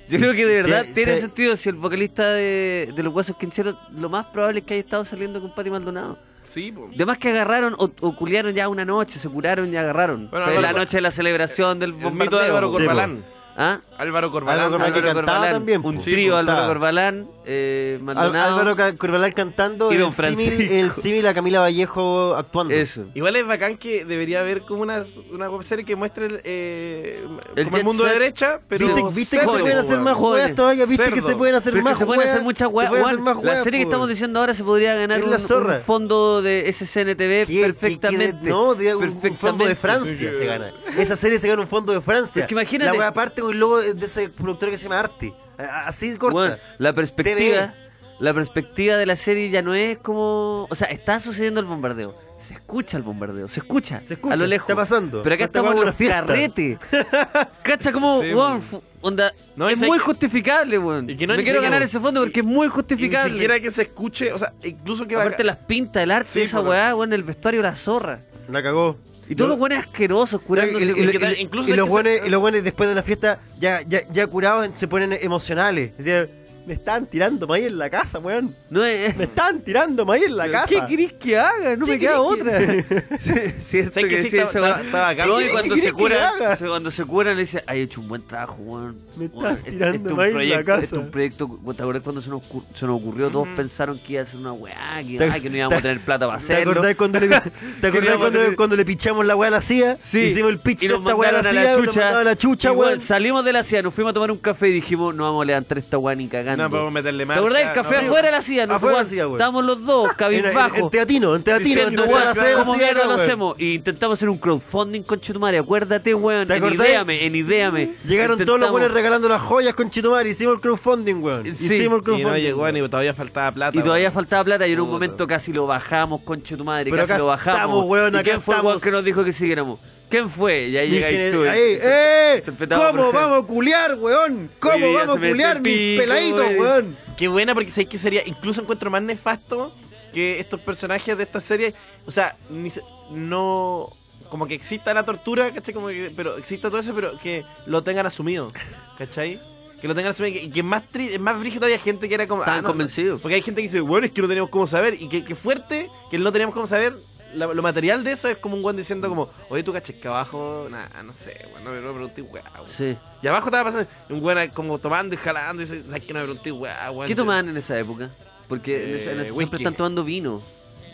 Yo creo que de
Sí,
verdad
sí.
tiene sentido si el vocalista de, de Los Huesos Quincheros, lo más probable es que haya estado saliendo con Pati Maldonado.
Sí, po.
Además que agarraron o, o culiaron ya una noche, se curaron y agarraron.
Bueno,
Fue
Álvaro
la
Cor-
noche de la celebración del
El mito de Álvaro
bombardeo.
Sí, po.
Corbalán.
¿Ah?
Álvaro
Álvaro
Corbalán.
Corbalán que
Álvaro
cantaba
Corbalán,
también, po.
un
Sí,
trío
po,
Álvaro
cantaba.
Corbalán, eh,
Al-
Maldonado,
Álvaro Ca- Corbalán cantando
Y
el
don
símil
Francisco.
el símil a Camila Vallejo actuando.
eso.
Igual es bacán que debería haber como una, una web serie que muestre el, eh,
El
como
jet
el mundo de
set.
derecha, pero...
¿Viste,
Joder,
viste que se
joder,
pueden hacer
weón.
más
Joder.
juegas todavía? ¿Viste que
Cerdo.
se pueden hacer
Pero es que
más
se pueden
juegas?
hacer muchas
Se pueden hacer más
weas. La
juegas,
serie que
po.
estamos diciendo ahora se podría ganar
Es
un,
la
un
zorra.
fondo de SCNTV
¿Qué- qué- qué-
perfectamente.
no, de- un- un fondo de
Perfectamente.
Francia se gana. Esa serie se gana un fondo de Francia.
Es que imagínate-
La wea aparte con el logo de ese productor que se llama Arte. A- Así corta.
Bueno, la perspectiva, la perspectiva de la serie ya no es como, o sea, está sucediendo el bombardeo. Se escucha el bombardeo, se escucha,
Se escucha,
a lo lejos.
está pasando.
Pero acá
Está
estamos en
como
los
una fiesta.
carrete. Cacha como,
Sí,
weón,
weón.
fu- onda,
No, y
es
sé
muy
que-
justificable, weón.
y que no
Me
ni
quiero
siquiera-
ganar ese fondo porque es muy
Y ni
justificable.
siquiera que se escuche, o sea, incluso que
Aparte
bacán-
las pintas, el arte,
Sí,
esa
pues,
porque-
weá, weón, el vestuario la zorra.
La cagó.
Y todos
Yo-
los buenos asquerosos curándose.
Y- y- y-
porque
y-
tal- incluso
y
hay
los
que ser-
buenos, y los buenos después de la fiesta ya, ya, ya curados se ponen emocionales. Decían, me están tirando maíz en la casa, weón.
no es,
Me están tirando maíz en la
¿Pero
casa.
¿Qué querés que haga? No
¿Qué
me queda otra.
querés
Cierto
¿Sabes que sí, estaba-
esa weá.
estaba- estaba acá?
No, y
¿Qué
cuando
querés
se
que
curan,
haga?
se- cuando se curan, le dice, ay, he hecho un buen trabajo, weón.
Me estás
Weón, este-
tirando
este es un
maíz en la
proyecto- Este
casa.
es un proyecto, weón, ¿te acuerdas cuando se nos, ocur- se nos ocurrió? Todos pensaron que iba a ser una weá, que,
¿Te-
ay, que no íbamos a
te-
tener plata para
¿Te
hacerlo.
acordás cuando le, ¿te acordás
Queríamos tener-
cuando, cuando le pinchamos la weá a la CIA? Hicimos el pitch
y
de
nos
esta weá a la
mandaron
CIA, nos mandaron a la chucha,
Y, weón,
weón.
Salimos de la CIA, nos fuimos a tomar un café y dijimos, no vamos a levantar esta weá ni cagando.
No podemos meterle
¿Te
más.
acordás? El café afuera de la CIA, nos
Afuera de la
jugamos-
CIA, weón.
Estábamos los dos,
En, en,
cabizbajos.
en teatino, en teatino, en
Diciendo,
toda la
weón,
sede de la
¿cómo
CIA,
mierda lo
weón.
hacemos? Y intentamos hacer un crowdfunding con Chetumare, acuérdate, weón,
¿Te
en
acordás?
ideame, en ideame.
Llegaron todos los
Intentamos-
buenos regalando las joyas con Chitomar, hicimos el crowdfunding, weón.
Sí.
Hicimos el
Y
crowdfunding.
no llegó ni todavía faltaba plata.
Y todavía
weón.
faltaba plata y en un
Puta.
momento casi lo bajamos, conche tu madre,
Pero
casi
acá
lo bajamos.
estamos, weón,
¿Y
acá
quién fue el weón
estamos.
que nos dijo que siguiéramos? ¿Quién fue? Y ahí
Mi
llegáis
gener-
tú.
ahí, ¡eh!
interpretado
¿Cómo
por-
vamos a culiar, weón?
Hoy
¿Cómo
día
vamos
se
a
metió
culiar,
el
mis
pico,
peladitos,
weón.
weón?
¿Qué Qué buena, porque sabéis que sería. Incluso encuentro más nefasto que estos personajes de esta serie. O sea, ni se- no. Como que exista la tortura, ¿cachai? Como que- pero exista todo eso, pero que lo tengan asumido, ¿cachai? Que lo tengan asumido. Y que, y que más tri- es más brígido había gente que era como. "Ah,
Estaban
no, no.
convencidos.
Porque hay gente que dice, bueno, es que no tenemos cómo saber. Y que, que fuerte, que el no tenemos cómo saber. la- lo material de eso es como un guan diciendo como, oye, tú caché que abajo, nah, no sé, bueno, no me pregunté, weá, weón".
Sí.
Y abajo estaba pasando un weón como tomando y jalando y dice, "Ay, que no me pregunté, weá, weón".
¿Qué tomaban en esa época? Porque en esa- en
Eh,
esa-
whisky.
siempre están tomando vino.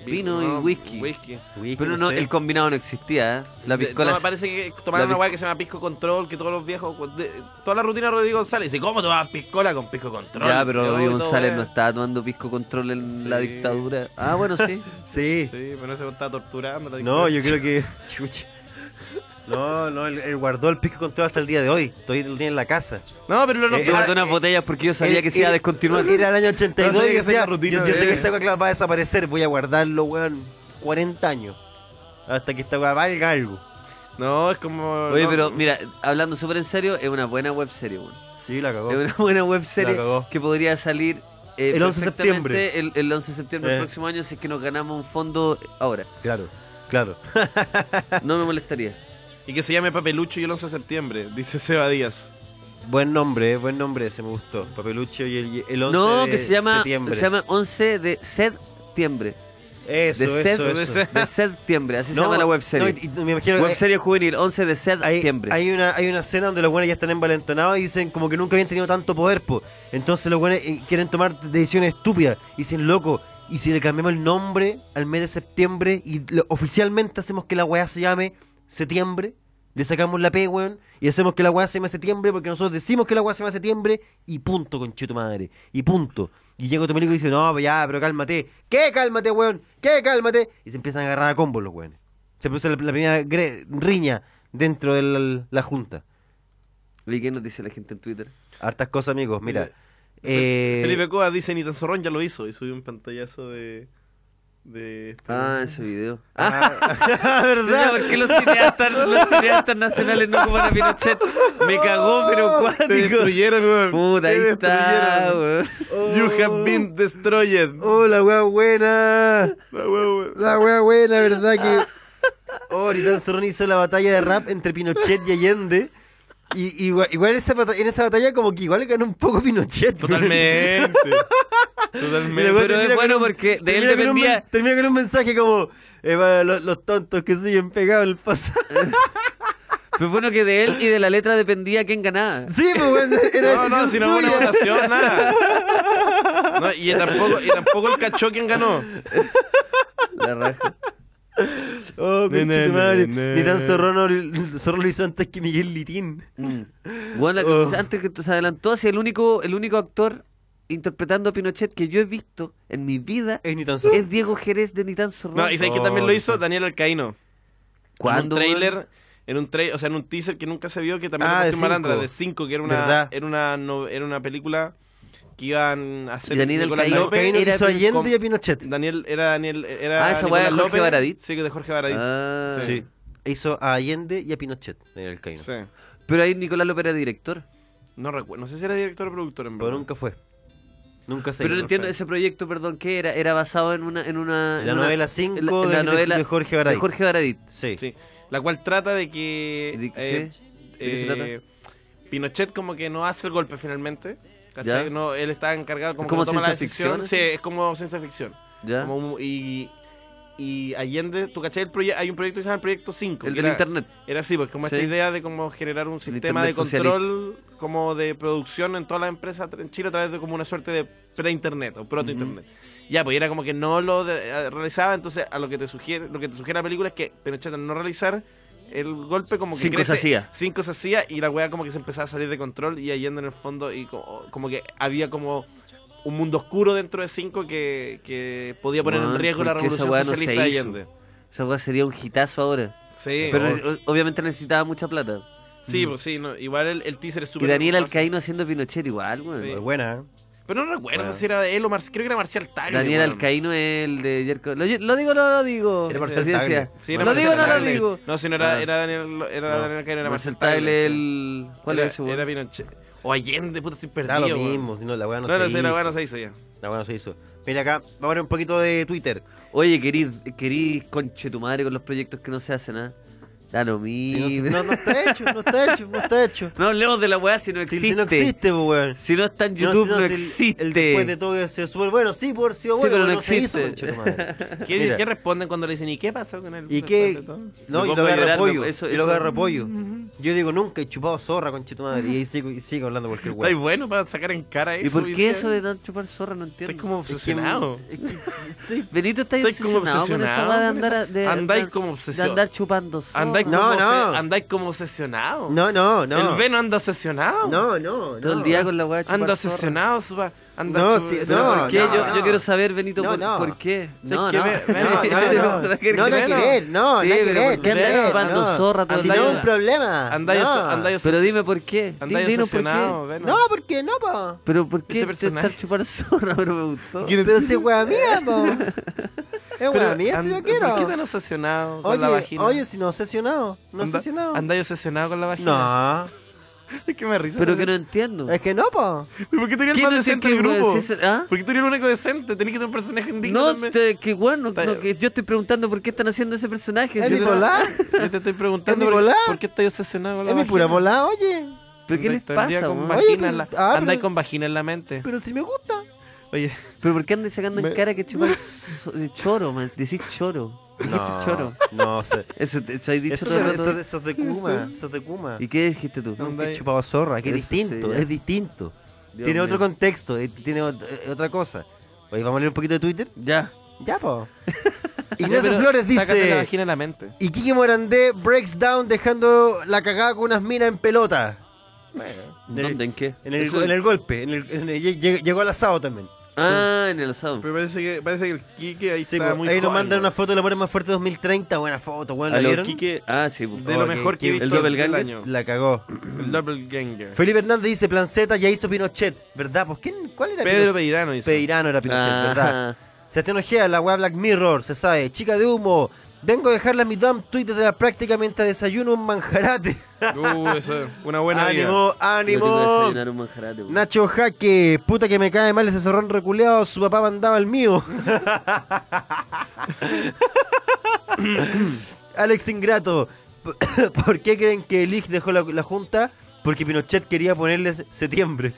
Vino
No,
y whisky.
Whisky.
Whisky,
Pero no,
sé.
el combinado no existía, ¿eh? La
De-
piscola.
no, parece que tomaron
la
una weá que se llama pisco control, que todos los viejos, de- toda la rutina de Rodrigo González. Dice, ¿cómo tomaban piscola con pisco control?
ya, pero
Yo,
Rodrigo
y todo,
González
weá.
no estaba tomando pisco control en la
Sí.
dictadura. Ah, bueno, sí.
Sí.
Sí, pero no se está torturando. la
No,
dictadura.
yo creo que. Chucha. No, no, él, él guardó el pisco con todo hasta el día de hoy. Todavía lo tiene en la casa.
No, pero no, no.
Eh,
Yo guardé
eh,
unas botellas porque yo sabía
Él-
que se iba a
él-
descontinuar.
Era el año
No
82
sé
y
qué es
decía,
la rutina
yo,
de
yo sé que eh.
él.
esta weá va a desaparecer, voy a guardarlo, weón, 40 años. Hasta que esta weá valga algo.
no, es como.
Oye,
no,
pero mira, hablando súper en serio, es una buena web serie, weón.
Sí, la cagó.
Es una buena web serie
La cagó.
que podría salir eh,
El 11 de
perfectamente
septiembre.
El, el 11 de septiembre del
Eh.
próximo año si es que nos ganamos un fondo ahora.
Claro, claro.
No me molestaría.
Y que se llame Papelucho y el 11 de septiembre, dice Seba Díaz.
Buen nombre, eh, buen nombre, ese me gustó. Papelucho y el, el 11
No,
de
que se llama,
septiembre.
se llama 11 de septiembre.
Eso,
de
eso,
sed-
eso.
De septiembre, así se llama la web serie.
no, y- y me imagino eh,
web
que
serie juvenil, 11 de
hay,
septiembre.
hay una, hay una escena donde los buenos ya están envalentonados y dicen como que nunca habían tenido tanto poder, po. Entonces los buenos eh, quieren tomar decisiones estúpidas. Y dicen, loco, ¿y si le cambiamos el nombre al mes de septiembre y lo- oficialmente hacemos que la weá se llame septiembre? Le sacamos la P, weón, y hacemos que la weá se llame septiembre porque nosotros decimos que la weá se llama septiembre y punto, conchito madre. Y punto. Y llega otro milico y dice, no, pues ya, pero cálmate. ¿Qué cálmate, weón? ¿Qué cálmate? Y se empiezan a agarrar a combos los weones. Se produce la, la primera gre- riña dentro de la, la junta.
¿Y qué nos dice la gente en Twitter?
Hartas cosas, amigos. Mira. eh,
Felipe Coa dice, ni tan zorrón ya lo hizo. Y subió un pantallazo de. de este-
Ah, ese video.
ah,
¿Verdad?
¿Verdad?
¿Por qué los cineastas, los cineastas nacionales no ocupan a Pinochet? Me cagó, pero
Te
cuático.
destruyeron, weón.
Puta,
Te
ahí está,
destruyeron.
weón.
You have been destroyed.
¡Oh, la wea buena!
La wea, weón.
La wea buena, ¿verdad? Que. Oh, Ritán Cerrón hizo la batalla de rap entre Pinochet y Allende. Y, y igual, igual esa bata- en esa batalla, como que igual ganó un poco Pinochet. weón.
Totalmente.
Y la
Totalmente.
wea
Pero
termina
es bueno
con un-
porque de él
termina con un men-
dependía.
termina con un mensaje como: eh, para los, los tontos que siguen pegados al pasado.
Pero bueno que de él y de la letra dependía quién ganaba.
Sí, pues, weón, era
No, no,
decisión
si no hubo una
suya.
votación, nada. No, y tampoco, y tampoco el cachó quien ganó.
La raja.
Oh,
Ne,
pinche
ne,
tu madre.
ne, ne.
Ni tan zorrón zorro lo hizo antes que Miguel Litín.
Mm.
Bueno, la-
Oh.
antes que se adelantó, así el único, el único actor interpretando a Pinochet que yo he visto en mi vida
Es ni tan zorrón.
es Diego Jerez de Nitán Zorrón.
No, y sabes que también lo hizo Daniel Alcaíno.
¿Cuándo,
En un
weón?
trailer, en un trailer, o sea, en un teaser que nunca se vio, que también
Ah,
lo
de
puso en Malandra,
cinco.
de 5, que era una,
¿Verdad?
era, una, no- era una película que iban a hacer
Y Daniel
Nicolás
Alcaíno-
López.
Caíno
Era
hizo a
Pin-
Allende
con-
y a Pinochet.
Daniel, era Daniel, era
Ah, esa
Nicolás
weá de Jorge
López.
Baradit.
Sí, de Jorge Baradit.
Ah.
Sí.
Hizo a Allende y a Pinochet. Daniel Caíno.
Sí.
Pero ahí Nicolás López era director.
No recuerdo, no sé si era director o productor en
Pero
verdad.
nunca fue. Nunca se
Pero no
hizo.
entiendo
feo.
ese proyecto, perdón, ¿qué era? Era basado en una... En una
La
en una-
novela
en la-
5
en la
de, de-
novela
de Jorge Baray.
de Jorge Baradit.
Sí.
Sí. La cual trata de que.
¿De qué?
eh,
¿De qué se trata?
eh, Pinochet, como que no hace el golpe finalmente.
Ya.
¿Cachai? No, él está encargado como,
¿Es como
que no toma la
ciencia ficción,
decisión. Sí, es como ciencia ficción.
¿Ya?
Como un- y, y Allende, ¿tú cachai? El proye- hay un proyecto que se llama el Proyecto 5.
El
que
del
era,
internet.
Era así, pues como
Sí.
esta idea de cómo generar un sistema de
internet
control como de producción en todas las empresas en Chile a través de como una suerte de pre-internet o proto-internet. Ya, pues era como que no lo de- eh, realizaba, entonces a lo que te sugiere, lo que te sugiere la película es que Pinochet al no realizar el golpe como que
Cinco
crece-
se hacía.
cinco se hacía y la weá como que se empezaba a salir de control y Allende en el fondo y co- oh, como que había como un mundo oscuro dentro de cinco que, que podía poner
Weón,
en riesgo la
¿por qué esa
revolución
weá no se
socialista de
hizo?
Allende.
Esa weá sería un hitazo ahora.
Sí,
Pero
o-
o- obviamente necesitaba mucha plata.
sí, pues sí, no, igual el, el teaser es
Mm. Y
súper...
Daniel
fácil.
Alcaíno haciendo Pinochet igual, weón.
Sí.
Muy buena. ¿eh?
Pero no recuerdo
Bueno.
si era él o Marcial. Creo que era Marcial Tagle.
Daniel
weón.
Alcaíno es el de Jerko. Lo, lo digo, no lo digo.
Era
Así
Marcel
decía.
Tagle.
Sí, era
lo
Marcial
digo, no lo
Tagle.
digo.
No, si no era,
Ah.
era Daniel, era
No.
Daniel Alcaíno, era Marcial
Marcel
Tagle.
Tagle,
sí.
el. ¿Cuál
era,
es ese weón?
Era Pinochet. O Allende, puta, estoy
Da
perdido.
lo
weón.
mismo, si no, la weá no,
No, no
se
sé, la
hizo.
weá no se hizo ya.
La weá no se hizo. Mira acá, vamos a ver un poquito de Twitter.
Oye, querís, querís conche tu madre con los proyectos que no se hacen, ¿ah? Da lo
Si
mismo.
no, no,
no,
no está hecho, no está hecho, no está hecho.
hablemos de la weá si no
Si,
existe.
si no existe, po, weón.
Si no está en
Si no-
YouTube,
si
no,
no, si el-
existe.
El, después de todo debe ser súper bueno, sí, pues, por sido
Sí,
bueno,
pero
pero
no
no se hizo,
existe.
conchetumadre.
¿Qué,
Mira.
¿Qué responden cuando le dicen, ¿y qué pasó con el
¿Y qué?
todo?
No,
Me
y
pongo
lo
a
agarra
llorar,
pollo.
me- eso-
Y lo
eso-
agarra pollo. Yo digo, nunca he chupado zorra, conchetumadre. Y ahí sigo, y sigo hablando cualquier
Estáis
weón.
bueno para sacar en cara eso.
¿Y por
¿viste?
qué eso de no chupar zorra? No
Estáis
entiendo.
como obsesionado.
Es que- estoy-
Benito está
Estáis como
obsesionado, con esa
obsesionado
weá de
con
andar, a-
eso.
de,
Andáis
andar-
como
de
obsesionado.
andar chupando zorra.
Andáis como,
No, no.
obse- andáis como obsesionado.
No, no,
El
no.
Veno anda obsesionado.
No, no,
todo
no.
el día con la weá de chupar
Anda
zorra.
obsesionado, suba. Anda
No,
chup-
sí,
¿Pero
no,
¿por
¿Qué?
qué?
no,
yo,
no.
yo quiero saber, Benito,
No,
por,
no.
por qué. No,
que
no.
ve- ve-
No, no, no, no,
Pero, ¿qué
no, no hay que
querés?
ver, no,
Sí,
no hay que
pero
ver.
¿por qué andáis
no,
chupando
no.
zorra todo el
Si no es
día?
un problema.
Andáis
no.
obse- andáis obse-
Pero dime por qué. Di-
andáis
Dinos por qué.
obsesionado, Veno.
No, ¿por qué no, po?
Pero ¿por
Ese
qué te
personaje.
estar chupar zorra? Pero me gustó.
Pero si es wea mía, po. Es
Pero
wea mía si
and-
yo quiero.
¿Por qué tan obsesionado con la
Oye,
vagina?
oye, si no obsesionado. No obsesionado.
¿Andáis obsesionado con la vagina?
No.
Es que me risa.
Pero que no entiendo.
Es que no, po.
¿Por qué tú eres el
¿Qué
más
no
decente
sé
del
qué,
grupo?
weón? Si es- ¿Ah?
¿Por qué tú eres el único decente? Tenés que tener un personaje indigno
No,
también.
te- que bueno,
Está-
no, que yo estoy preguntando por qué están haciendo ese personaje.
Es
si
mi
no-
polar.
Yo te estoy preguntando
¿Es mi
por,
volá?
por qué estás obsesionado con la
Es mi
vagina.
pura bola, oye.
¿Pero qué
Andáis
les
todo el día
pasa?
con
weón?
Oye,
vagina
pero-
en la-
ah,
Andáis
pero-
con vagina en la mente.
Pero si me gusta.
Oye,
¿Pero por qué andan sacando en cara que chupan so- de choro, man? Decís choro. Dijiste choro.
no sé.
Eso, te- eso hay dicho
Eso,
todo el
de-
rato.
eso de- eso es de Kuma. Eso es de Kuma.
¿Y qué dijiste tú?
No.
He chupado zorra, que es
Eso
distinto,
sí, ya.
es distinto.
Dios
tiene otro
mío.
contexto, eh, tiene ot- eh, otra cosa. Oye, vamos a leer un poquito de Twitter.
Ya.
Ya, po.
ya,
Ignacio
pero
Flores
Sácate la
dice:
vagina en la mente.
Y Kike Morandé breaks down dejando la cagada con unas minas en pelota.
¿Dónde? ¿En qué?
En el,
Eso-
en el golpe, en el- en el- lle- lle- llegó al asado también.
Ah, en el asado.
Pero parece que, parece que el Kike ahí
Sí,
está
po,
muy
ahí nos
joven,
mandan
weón.
una foto del amor es más fuerte 2030. Buena foto, bueno,
¿A
¿la
lo
vieron?
Quique? Ah, sí. po.
De lo
Ok,
mejor que he visto
Kike.
¿El
del
doppelganger?
año.
La cagó.
El Doppelganger.
Felipe Hernández dice: Planceta ya hizo Pinochet, ¿verdad? Pues, ¿quién, ¿cuál era
Pedro
Pinochet?
Peirano hizo.
Peirano era Pinochet, ¿verdad?
Ajá.
Sebastián Ojea, la weá Black Mirror, se sabe. Chica de humo. Vengo a dejarla en mi dump tweet de la práctica mientras desayuno un manjarate.
Uh, eso, una buena vida.
ánimo,
Yo tengo que
ánimo.
desayunar un manjarate, weón.
Nacho Jaque, puta que me cae mal ese zorrón reculeado, su papá mandaba el mío. Alex Ingrato, ¿por qué creen que el IJ dejó la, la junta? Porque Pinochet quería ponerles septiembre.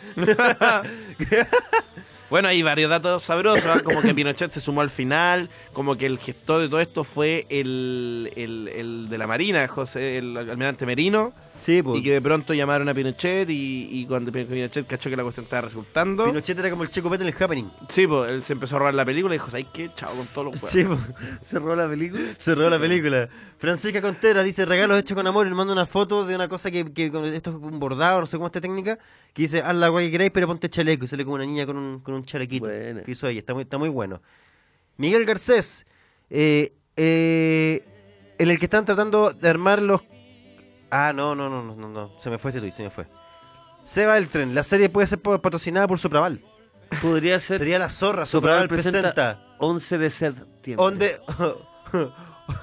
Bueno, hay varios datos sabrosos, ¿ah? como que Pinochet se sumó al final, como que el gestor de todo esto fue el, el, el de la Marina, José, el almirante Merino,
Sí, pues.
y que de pronto llamaron a Pinochet y, y cuando Pin- Pinochet cachó que la cuestión estaba resultando,
Pinochet era como el Checo Pete en el Happening.
sí, pues él se empezó a robar la película y dijo, ¿sabes qué? Chao con todos los
Sí,
huevos.
pues.
¿Cerró la película?
Se robó la película. Francisca Contreras dice regalos hechos con amor y nos manda una foto de una cosa que, que con- esto es un bordado, no sé cómo esta técnica, que dice haz la guay que queráis, pero ponte chaleco. Y sale como una niña con un, con un chalequito.
Buena.
Que hizo ella, está muy, está muy bueno. Miguel Garcés, eh, eh, en el que están tratando de armar los. Ah, no, no, no, no, no, no. Se me fue este tuit, se me fue. Se va el tren, la serie puede ser po- patrocinada por Sopraval.
Podría ser
Sería la zorra,
Sopraval
Sopraval presenta.
11 de septiembre.
Onde-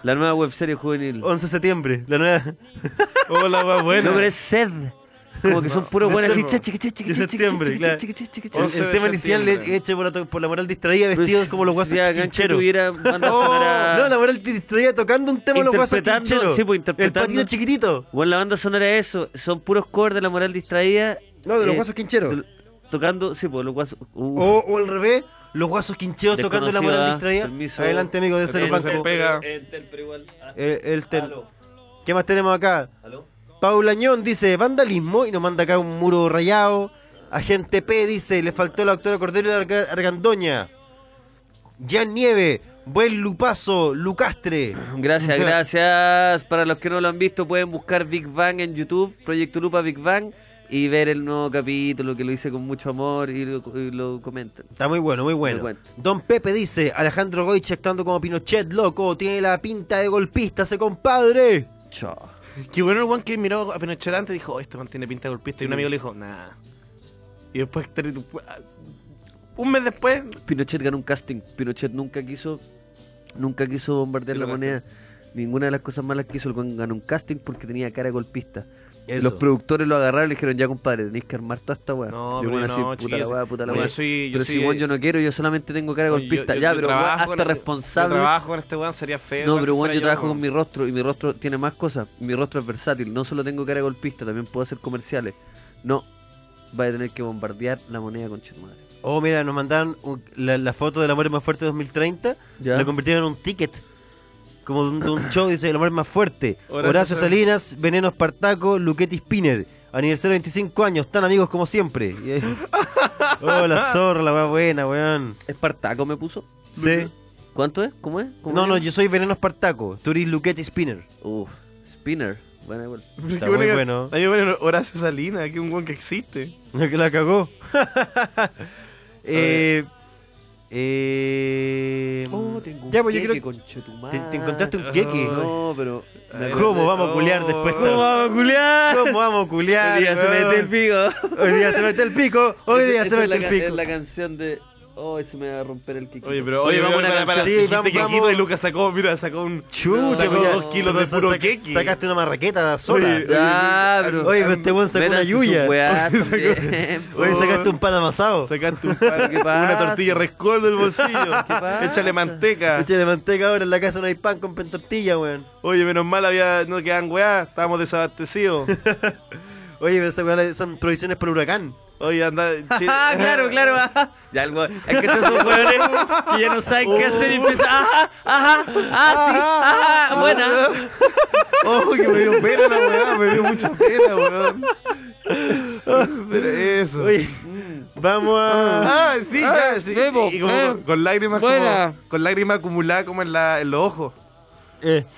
La nueva webserie juvenil.
11 de septiembre, la nueva.
Hola, más
No,
bueno.
pero es sed. Como que son puros
de
buenas
ser,
fichas.
De septiembre, claro. El, el
11 de
tema inicial le-
septiembre.
hecho por la, to- por la moral distraída,
Pues,
vestidos como los guasos chincheros. Oh,
tuviera banda sonora...
No, la moral distraída tocando un tema de los guasos
Interpretando,
chincheros.
sí, pues,
el
interpretando.
patito chiquitito.
Bueno, la banda sonora es eso. Son puros covers de la moral distraída.
No, de los
eh,
guasos quincheros.
de- Tocando, sí, pues los guasos. Uh,
O, o al revés, los guasos quincheros tocando la moral
Desconocido,
distraída.
permiso.
Adelante, amigo, de ser
Permiso,
banco.
permiso. pega.
Eh, el tel- ¿Qué más tenemos acá? Paula Ñón dice vandalismo y nos manda acá un muro rayado. Agente P dice le faltó la doctora Cordero y la Arga- Argandoña. Jan Nieve, buen lupazo, Lucastre.
Gracias, gracias. Para los que no lo han visto, pueden buscar Big Bang en YouTube, Proyecto Lupa Big Bang, y ver el nuevo capítulo que lo hice con mucho amor y lo, y lo comentan.
Está muy bueno, muy bueno.
Muy bueno.
Don Pepe dice, Alejandro Goiche actuando como Pinochet, loco, tiene la pinta de golpista, se compadre.
Chao.
Qué bueno el weón que miró a Pinochet antes y dijo, "Oh, este man tiene pinta de golpista. Y un amigo le dijo, nah. Y después te- un mes después,
Pinochet ganó un casting. Pinochet nunca quiso, nunca quiso bombardear
Sí,
la
lo
moneda. Ninguna de las cosas malas que hizo el weón ganó un casting porque tenía cara de golpista.
Eso.
Los productores lo agarraron y le dijeron, ya compadre, tenéis que armar toda esta weá.
No,
Y el
pero
weón
yo
así,
no,
puta la
chiquillos,
weá, puta la
yo
weá.
soy- yo
pero si
soy-
weón yo no quiero, yo solamente tengo cara de golpista.
Yo- yo-
ya,
yo
pero weón,
trabajo con
hasta
este-
responsable.
Yo trabajo con este weón, sería feo.
No,
weón,
pero
que
bueno,
fuera
yo trabajo
weón.
con mi rostro y mi rostro tiene más cosas. Mi rostro es versátil, no solo tengo cara de golpista, también puedo hacer comerciales. No, vaya a tener que bombardear la moneda con madre.
Oh, mira, nos mandaron un- la, la foto del amor es más fuerte 2030.
Ya.
La convirtieron en un ticket. Como de un, de un show, dice el amor es más fuerte.
Horacio
Horacio, Salinas, Veneno Espartaco, Luquetti Spinner. Aniversario 25 años, tan amigos como siempre. Y ahí- oh, la zorra, la más buena, weón.
¿Espartaco me puso?
Sí.
¿Cuánto es? ¿Cómo es? ¿Cómo
No, no,
es?
yo soy Veneno Espartaco. Tú eres Luquetti Spinner.
Uf, Spinner. Bueno, igual.
Pero qué
muy
que-
bueno.
Está bien bueno Horacio Salinas, que es un weón que existe.
La que la cagó. eh, eh,
Oh,
ya, pues yo creo que te, te encontraste un queque.
No, pero.
Ay,
¿Cómo vamos a culiar
oh.
después?
¿Cómo vamos a culiar?
¿Cómo vamos a culiar?
Hoy día se
weón?
mete el pico.
Hoy día se mete el pico. Hoy
Esa-
día se
esa
mete
es la
el
ca- Es
pico.
la canción de. Oh, se me va a romper el quiquito.
Oye, pero oye,
Oye,
vamos a
pero
una
para-
canción.
sí,
Dijiste
vamos-
que
vamos.
Quito y Lucas sacó, mira, sacó un.
Chucha,
sacó
pues ya-
dos kilos de
saca-
puro
saca-
queque.
Sacaste una marraqueta sola.
Oye,
Ya,
oye,
pero-
Oye, pero este buen sacó
Metan
una
sus
yuya.
weas
Sacó-
también, po.
Oye, sacaste un pan amasado.
Sacaste un
¿Qué pasa?
una tortilla rescol del bolsillo.
pasa?
Échale manteca.
Eche de manteca ahora en la casa no hay pan con pan tortilla, weón.
Oye, menos mal había, no quedan weá, estábamos desabastecidos.
Oye, pero esas weas son provisiones para huracán.
Oye, anda. chi-
Ah, claro, claro. ajá. Ya algo. Es que son esos hueones que ya no saben qué hacer y
Uh.
empiezan. ah. Ajá, ajá, ah, sí, ajá. Buena.
Oh, que me dio pena la weá, me dio mucha pena, weón. Pero eso. Mm.
Oye, vamos a.
Ah, sí,
Ah,
ya, sí.
nuevo,
y como
eh,
con, con lágrimas
buena.
como, con lágrimas acumuladas como en, la, en los ojos.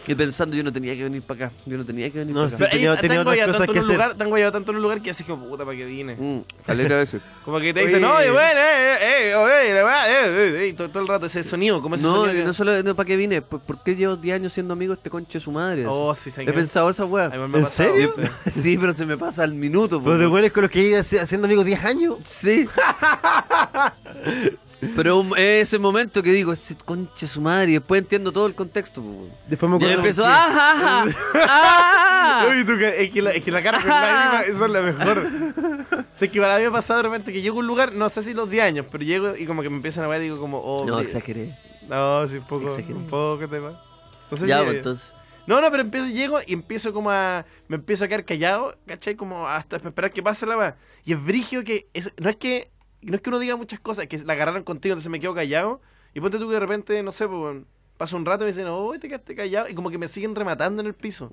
Y pensando, yo no tenía que venir para acá. Yo no tenía que venir
No,
para
sí.
acá.
tenía-
ahí
tenía
tan
otras
guayado
cosas
tanto en
que
un
hacer.
Lugar, tan guayado tanto en un lugar que así como, puta, ¿para qué vine?
Mm, caleta de veces.
Como que te dicen,
Oye.
oye, bueno, eh, eh, eh, oye, la weá, eh, eh, eh", y todo, todo el rato ese sonido, como ese
No,
sonido.
y no solo no, para qué vine. ¿Por, por qué llevo 10 años siendo amigo de este conche de su madre?
Oh, sí, señor.
He pensado esa
Ay,
weá.
me ha
¿En
pasado,
serio?
sí.
Sí, pero se me pasa al minuto. po.
Los de weones con los que he ido hace- haciendo amigos 10 años.
Sí. Pero un- ese momento que digo, ese conche su madre, y después entiendo todo el contexto. po.
Después me
Y ahí
acuerdo.
empezó, ¡ah, ah, ah, ah!
Oye, tu ca- es, que la, es que la cara con lágrimas, eso es la mejor. O sea, es que para mí me ha pasado de repente que llego a un lugar, no sé si los 10 años, pero llego y como que me empiezan a ver y digo como, oh,
No,
eh,
exageré.
no, sí, un poco,
Exageré.
un poco te va. No sé
Ya,
si-
pues, entonces.
No, no, pero empiezo, llego y empiezo como a. Me empiezo a quedar callado, ¿cachai? Como hasta esperar que pase la va. Y es brigio que. es- no es que. No es que uno diga muchas cosas, es que la agarraron contigo, entonces me quedo callado. Y ponte tú que de repente, no sé, pues. Pasa un rato y me dicen, oh, te quedaste callado. Y como que me siguen rematando en el piso.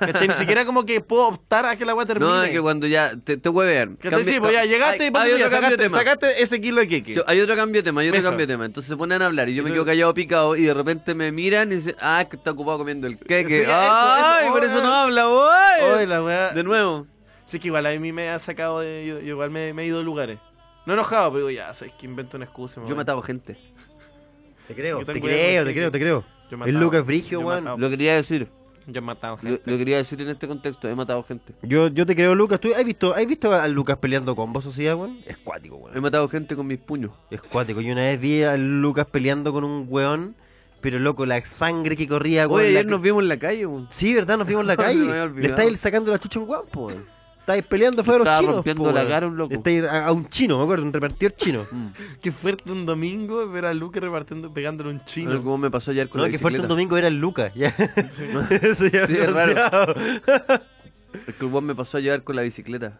¿Cachai? Ni siquiera como que puedo optar a que la agua termine.
No, es que cuando ya te, te huevean.
¿Cachai?
Cambia-
Sí, pues ya llegaste
hay,
y ponte
hay
tú, ya
otro cambio
sacaste,
de tema.
sacaste ese kilo de queque.
Sí, Hay otro cambio de tema, hay otro
Eso.
cambio de tema. Entonces se ponen a hablar y yo me
Entonces-
quedo callado picado y de repente me miran y dicen, ah, es que está ocupado comiendo el
Sí,
queque. Ah,
eso,
¡Ay!
eso,
por
oh,
eso
eh.
no habla, boy.
Ay, la weá.
De nuevo.
Sí, que igual a mí me ha sacado de. yo- yo igual me, me he ido de lugares. No enojado, pero digo, ya, sabes que invento una excusa. me
Yo he
voy.
matado gente.
Te creo,
Yo
te
tengo
creo,
que-
te creo, te creo.
Yo he
El
matado.
Lucas Frigio,
Yo he
weón.
matado.
Lo quería decir.
Yo he matado
Lo,
gente.
lo quería decir en este contexto. He matado gente.
Yo, yo te creo, Lucas. ¿Tú has visto, has visto a Lucas peleando con vos, sociedad, weón? Es cuático,
He
weón.
matado gente con mis puños.
Es cuático. Yo una vez vi a Lucas peleando con un weón, pero loco, la sangre que corría, weón.
Oye,
la-
ayer nos vimos en la calle. weón.
Sí, ¿verdad? Nos vimos en la
No, se me
calle.
había
Le
olvidado.
estáis sacando la chucha a un weón, po, weón. Estáis peleando fuera a los
Estaba
chinos,
rompiendo
po,
la
weón.
cara a un loco. Mm.
Estáis a, a un chino, me acuerdo, un repartidor chino.
Qué fuerte un domingo ver a Luke repartiendo, pegándole un
No sé
chino.
cómo me pasó ayer con
No,
la
que fuerte
bicicleta.
un domingo era el Lucas. Ya. Eso ya
Sí, es raro.
demasiado.
El que el weón me pasó a llevar con la bicicleta.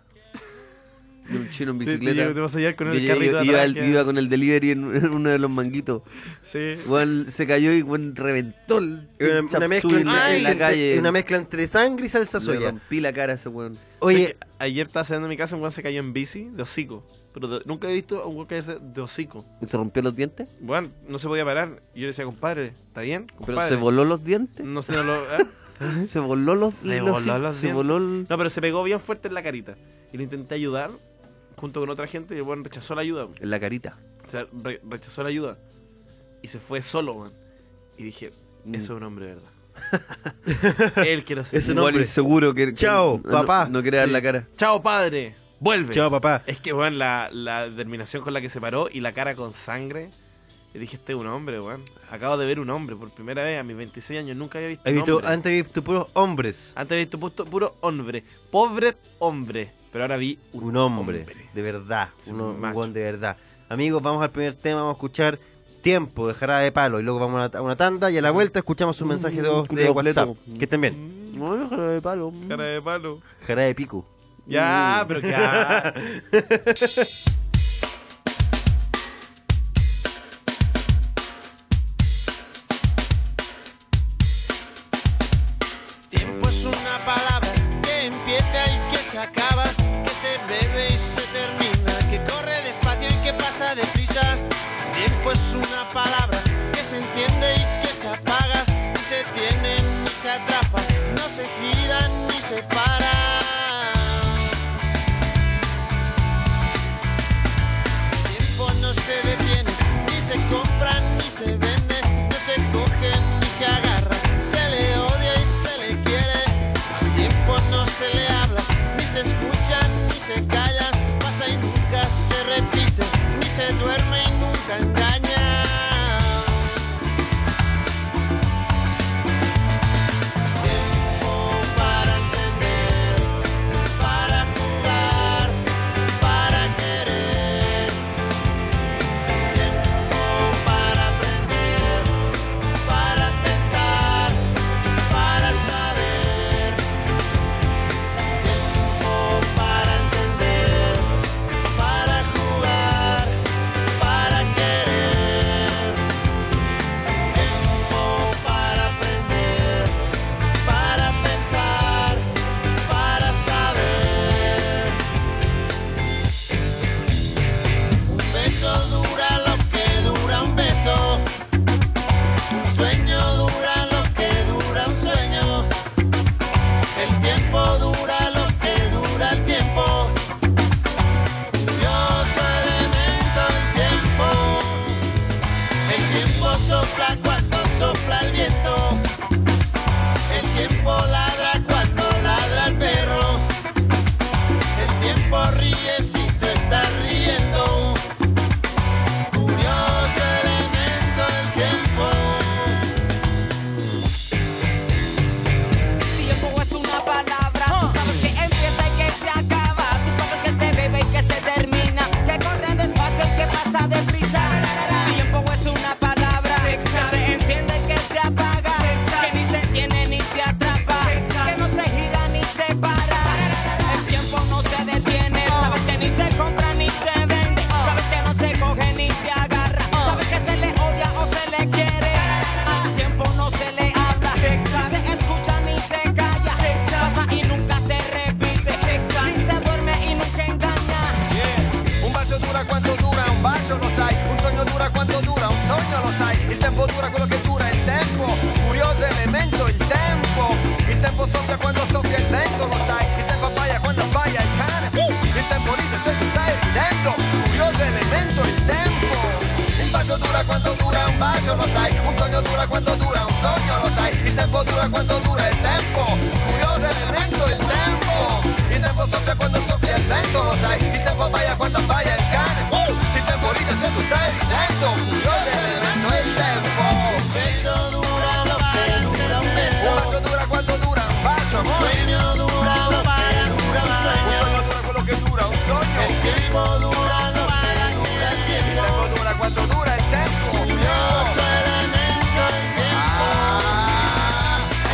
De un chino en
Te- Te,
bicicleta.
te vas a llevar con
Que
el
yo-
carrito
yo-
de
iba,
atrás
el-
que-
iba con el delivery en, en uno de los manguitos.
Sí.
Weón, se cayó y weón, reventó el
Una,
el
una mezcla
chapsui en,
entre,
la- en la
entre-
calle.
una mezcla entre sangre y salsa
Le
soya.
rompí la cara a ese weón.
Oye,
Sé que ayer estaba saliendo de mi casa un weón se cayó en bici de hocico. Pero de- nunca he visto a un weón caerse de hocico.
¿Se rompió los dientes?
Bueno, no se podía parar. Y yo le decía, compadre, ¿está bien?
¿Pero
Compadre.
se voló los dientes?
No sé, no lo. ¿eh?
Se voló los,
Le
los-
voló los
se
dientes.
voló el-
No, pero se pegó bien fuerte en la carita. Y lo intenté ayudar junto con otra gente y el weón rechazó la ayuda.
en la carita.
O sea, re- rechazó la ayuda. Y se fue solo, weón. Y dije,
Mm.
eso es un hombre, de ¿verdad? Él quiero ser.
Ese
Igual
nombre.
inseguro que... que
Chao,
no-
papá.
No, no quería dar la cara.
Chao, padre. Vuelve.
Chao, papá.
Es que, weón, la, la determinación con la que se paró y la cara con sangre. Y dije, este es un hombre, weón. Acabo de ver un hombre por primera vez a mis 26 años. Nunca había visto
He
un
visto,
hombre.
antes he visto puros hombres.
Antes había visto puto- puro hombre. Pobre hombre. Pero ahora vi un,
Un hombre, de verdad.
Sí,
Un,
un
un
macho.
weón de verdad. Amigos, vamos al primer tema, vamos a escuchar Tiempo de Jarada de Palo. Y luego vamos a una, a una tanda y a la vuelta escuchamos un mensaje de, voz de WhatsApp. Que estén bien.
No, cara de palo.
Cara de palo.
Jarada de Pico.
Ya,
Mm.
pero ya.
Tiempo es Pues una palabra que empieza y que se acaba, que se bebe y se termina, que corre despacio y que pasa deprisa. Tiempo es una palabra que se entiende y que se apaga, ni se tiene ni se atrapa, no se gira ni se para. tiempo no se detiene, ni se compra ni se vende, no se coge ni se agarra, se le odia y se le quiere, al tiempo no se le habla, ni se escucha ni se calla, pasa y nunca se repite, ni se duerme y nunca engaña. Tiempo para entender, para jugar, para querer. Tiempo para aprender, para pensar, para saber. Tiempo para entender, para jugar, para querer. Tiempo para aprender para pensar, para saber. Un beso dura lo que dura un beso. Un sueño dura lo que dura un sueño. El tiempo dura lo que dura el tiempo. Curioso elemento el tiempo. El tiempo sopla cuando sopla el viento. El tiempo ladra cuando ladra el perro. El tiempo ríe si tú estás riendo. Curioso elemento el tiempo.
Tiempo es una palabra, tú sabes que empieza y que se acaba, tú sabes que se bebe y que se termina, que corre despacio y que pasa deprisa. Tiempo es una palabra, que se enciende y que se apaga, que ni se tiene ni se atrapa, que no se gira ni se para. El tiempo no se detiene, sabes que ni se compra ni se vende, sabes que no se coge ni se agarra, sabes que se le odia o se le quiere. Al tiempo no se le habla, ni se escucha ni se calla, pasa y nunca se repite, ni se duerme y nunca engaña.
Un vaso dura cuánto dura, un vaso lo sai. Un sogno dura cuánto dura, un sogno lo sai. Il tempo dura quello che dura il tempo. Curioso elemento il tempo. Il tempo soffia quando soffia il vento, lo sai. Il tempo appaia quando appaia il cane. Il tempo ride se tu stai ridendo. Curioso elemento il tempo. Il bacio dura quanto dura, un bacio lo sai. Un sogno dura quanto dura, un sogno lo sai. Il tempo dura quanto dura il tempo. Curioso elemento il tempo. Il tempo soffia quando soffia il vento, lo sai. Il tempo appaia quando appaia il cane. Uh! Il tempo ride se tu stai ridendo. Curioso elemento il tempo. Un beso dura lo che dura un beso. Un bacio dura quanto dura un bacio, amore. Un sogno dura lo che dura un sogno. Un sogno dura quello che dura un sogno. Il tempo dura lo che dura il tempo. Il tempo dura quanto dura il tempo. Curioso elemento il tempo.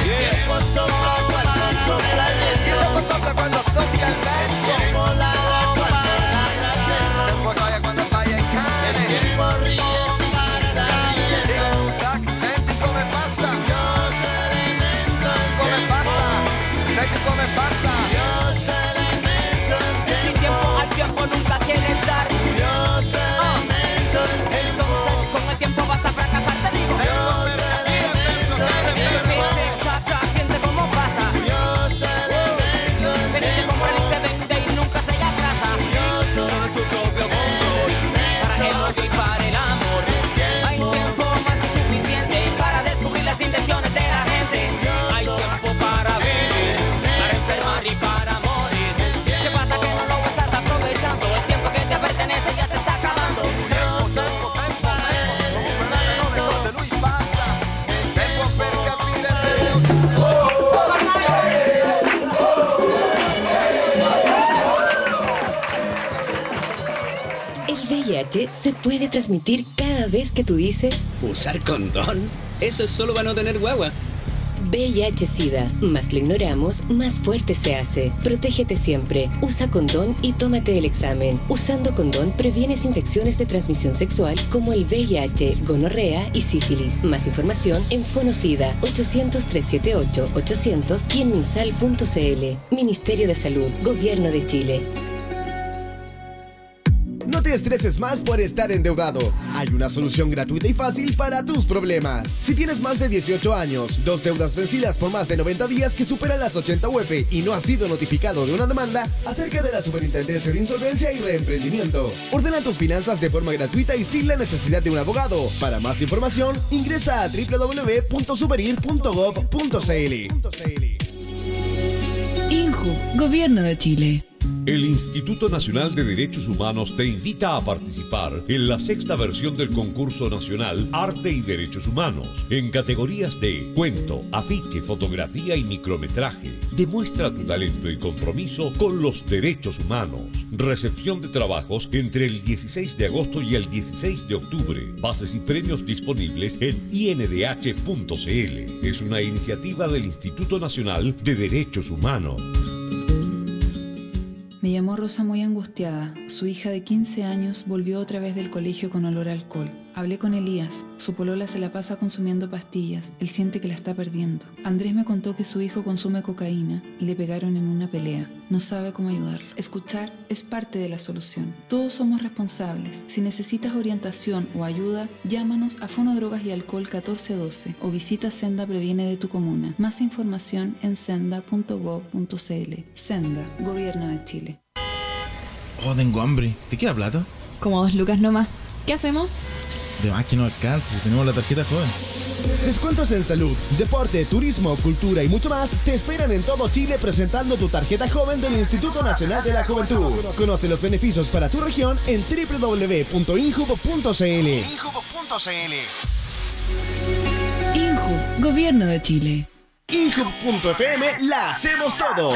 El tiempo sopla cuando sopla el viento. El tiempo sopla cuando sopla el viento. El tiempo ladra cuando ladra el
Ah. Uh.
VIH se puede transmitir cada vez que tú dices
¿Usar condón? Eso es solo para no tener guagua.
VIH-Sida. Más lo ignoramos, más fuerte se hace. Protégete siempre. Usa condón y tómate el examen. Usando condón previenes infecciones de transmisión sexual como el VIH, gonorrea y sífilis. Más información en Fonosida 800-378-800 y en minsal.cl. Ministerio de Salud, Gobierno de Chile.
No te estreses más por estar endeudado. Hay una solución gratuita y fácil para tus problemas. Si tienes más de 18 años, dos deudas vencidas por más de 90 días que superan las 80 UF E y no has sido notificado de una demanda, acerca de la Superintendencia de Insolvencia y Reemprendimiento. Ordena tus finanzas de forma gratuita y sin la necesidad de un abogado. Para más información, ingresa a www.superir.gov.cl.
INJU, Gobierno de Chile.
El Instituto Nacional de Derechos Humanos te invita a participar en la sexta versión del concurso nacional Arte y Derechos Humanos en categorías de cuento, afiche, fotografía y micrometraje. Demuestra tu talento y compromiso con los derechos humanos. Recepción de trabajos entre el 16 de agosto y el 16 de octubre. Bases y premios disponibles en indh.cl. Es una iniciativa del Instituto Nacional de Derechos Humanos.
Me llamó Rosa muy angustiada. Su hija de 15 años volvió otra vez del colegio con olor a alcohol. Hablé con Elías. Su polola se la pasa consumiendo pastillas. Él siente que la está perdiendo. Andrés me contó que su hijo consume cocaína y le pegaron en una pelea. No sabe cómo ayudarlo. Escuchar es parte de la solución. Todos somos responsables. Si necesitas orientación o ayuda, llámanos a Fono Drogas y Alcohol 1412 o visita Senda Previene de tu comuna. Más información en senda.gov.cl. Senda, Gobierno de Chile.
Oh, tengo hambre. ¿De qué hablado?
Como dos lucas nomás. ¿Qué hacemos?
De más que no alcanza, tenemos la tarjeta joven.
Descuentos en salud, deporte, turismo, cultura y mucho más te esperan en todo Chile presentando tu tarjeta joven del Instituto Nacional de la Juventud. Conoce los beneficios para tu región en www.injubo.cl.
INJU, Gobierno de Chile.
Inhub.fm la hacemos todos.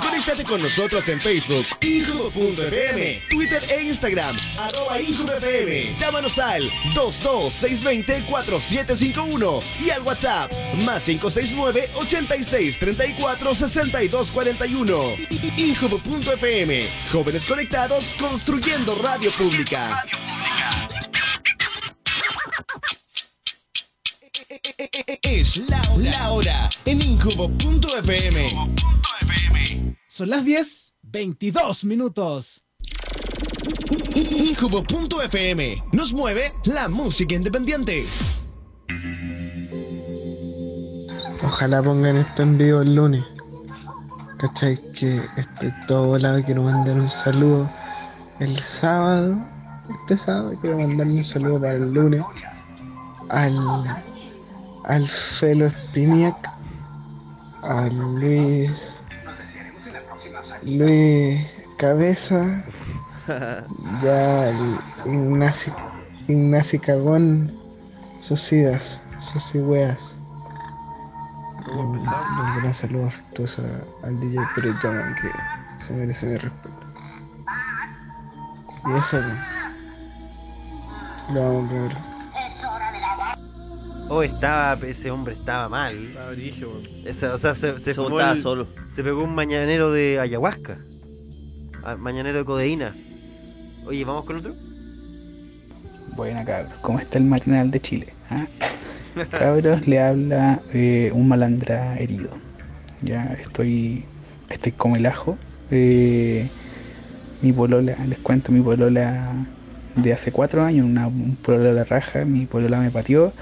Conéctate con nosotros en Facebook, Inhub.fm, Twitter e Instagram, arroba Inhub.fm. Llámanos al 22620-4751 y al WhatsApp, más 569-8634-6241. Inhub.fm, jóvenes conectados construyendo radio pública. Radio pública. Es la hora, la hora en incubo.fm.
Son las 10, 22 minutos.
Incubo.fm nos mueve la música independiente.
Ojalá pongan esto en vivo el lunes. ¿Cachai? Que estoy todo volado y quiero mandar un saludo el sábado. Este sábado quiero mandarle un saludo para el lunes al al Felo Spiniak, a Luis, Luis Cabeza, ya al Ignacio, Ignacio Cagón, sus idas, sus ideas. Un, un, gran saludo afectuoso al DJ Pérez Yaman que se merece mi respeto. Y eso, lo amo, cabrón.
Oh, estaba, ese hombre estaba mal. Estaba brillo, Esa, O sea, se, se, fumó el, solo. se pegó un mañanero de ayahuasca. A, mañanero de codeína. Oye, ¿vamos con otro?
Buena, cabros. ¿Cómo está el matinal de Chile? ¿Ah? Cabros, le habla eh, un malandra herido. Ya estoy, estoy como el ajo. Eh, mi polola, les cuento, mi polola de hace cuatro años, una, un polola de la raja, mi polola me pateó.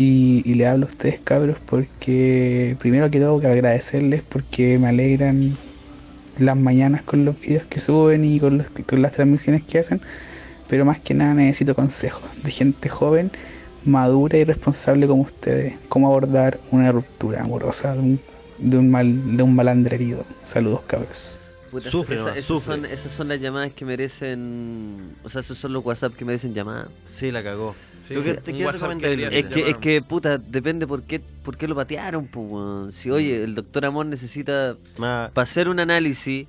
Y, y, le hablo a ustedes cabros porque primero que todo que agradecerles porque me alegran las mañanas con los videos que suben y con, los, con las transmisiones que hacen, pero más que nada necesito consejos de gente joven, madura y responsable como ustedes, cómo abordar una ruptura amorosa de un, de un mal de un malandre herido. Saludos cabros.
Puta, sufre, esa, esas, sufre. Son, esas son las llamadas que merecen. O sea, esos son los WhatsApp que merecen llamada.
Sí, la cagó. Sí,
¿Tú qué, te que es, que, es que, puta, depende por qué, por qué lo patearon.
Mm.
Pues, si, oye, el doctor Amor necesita. Para hacer un análisis,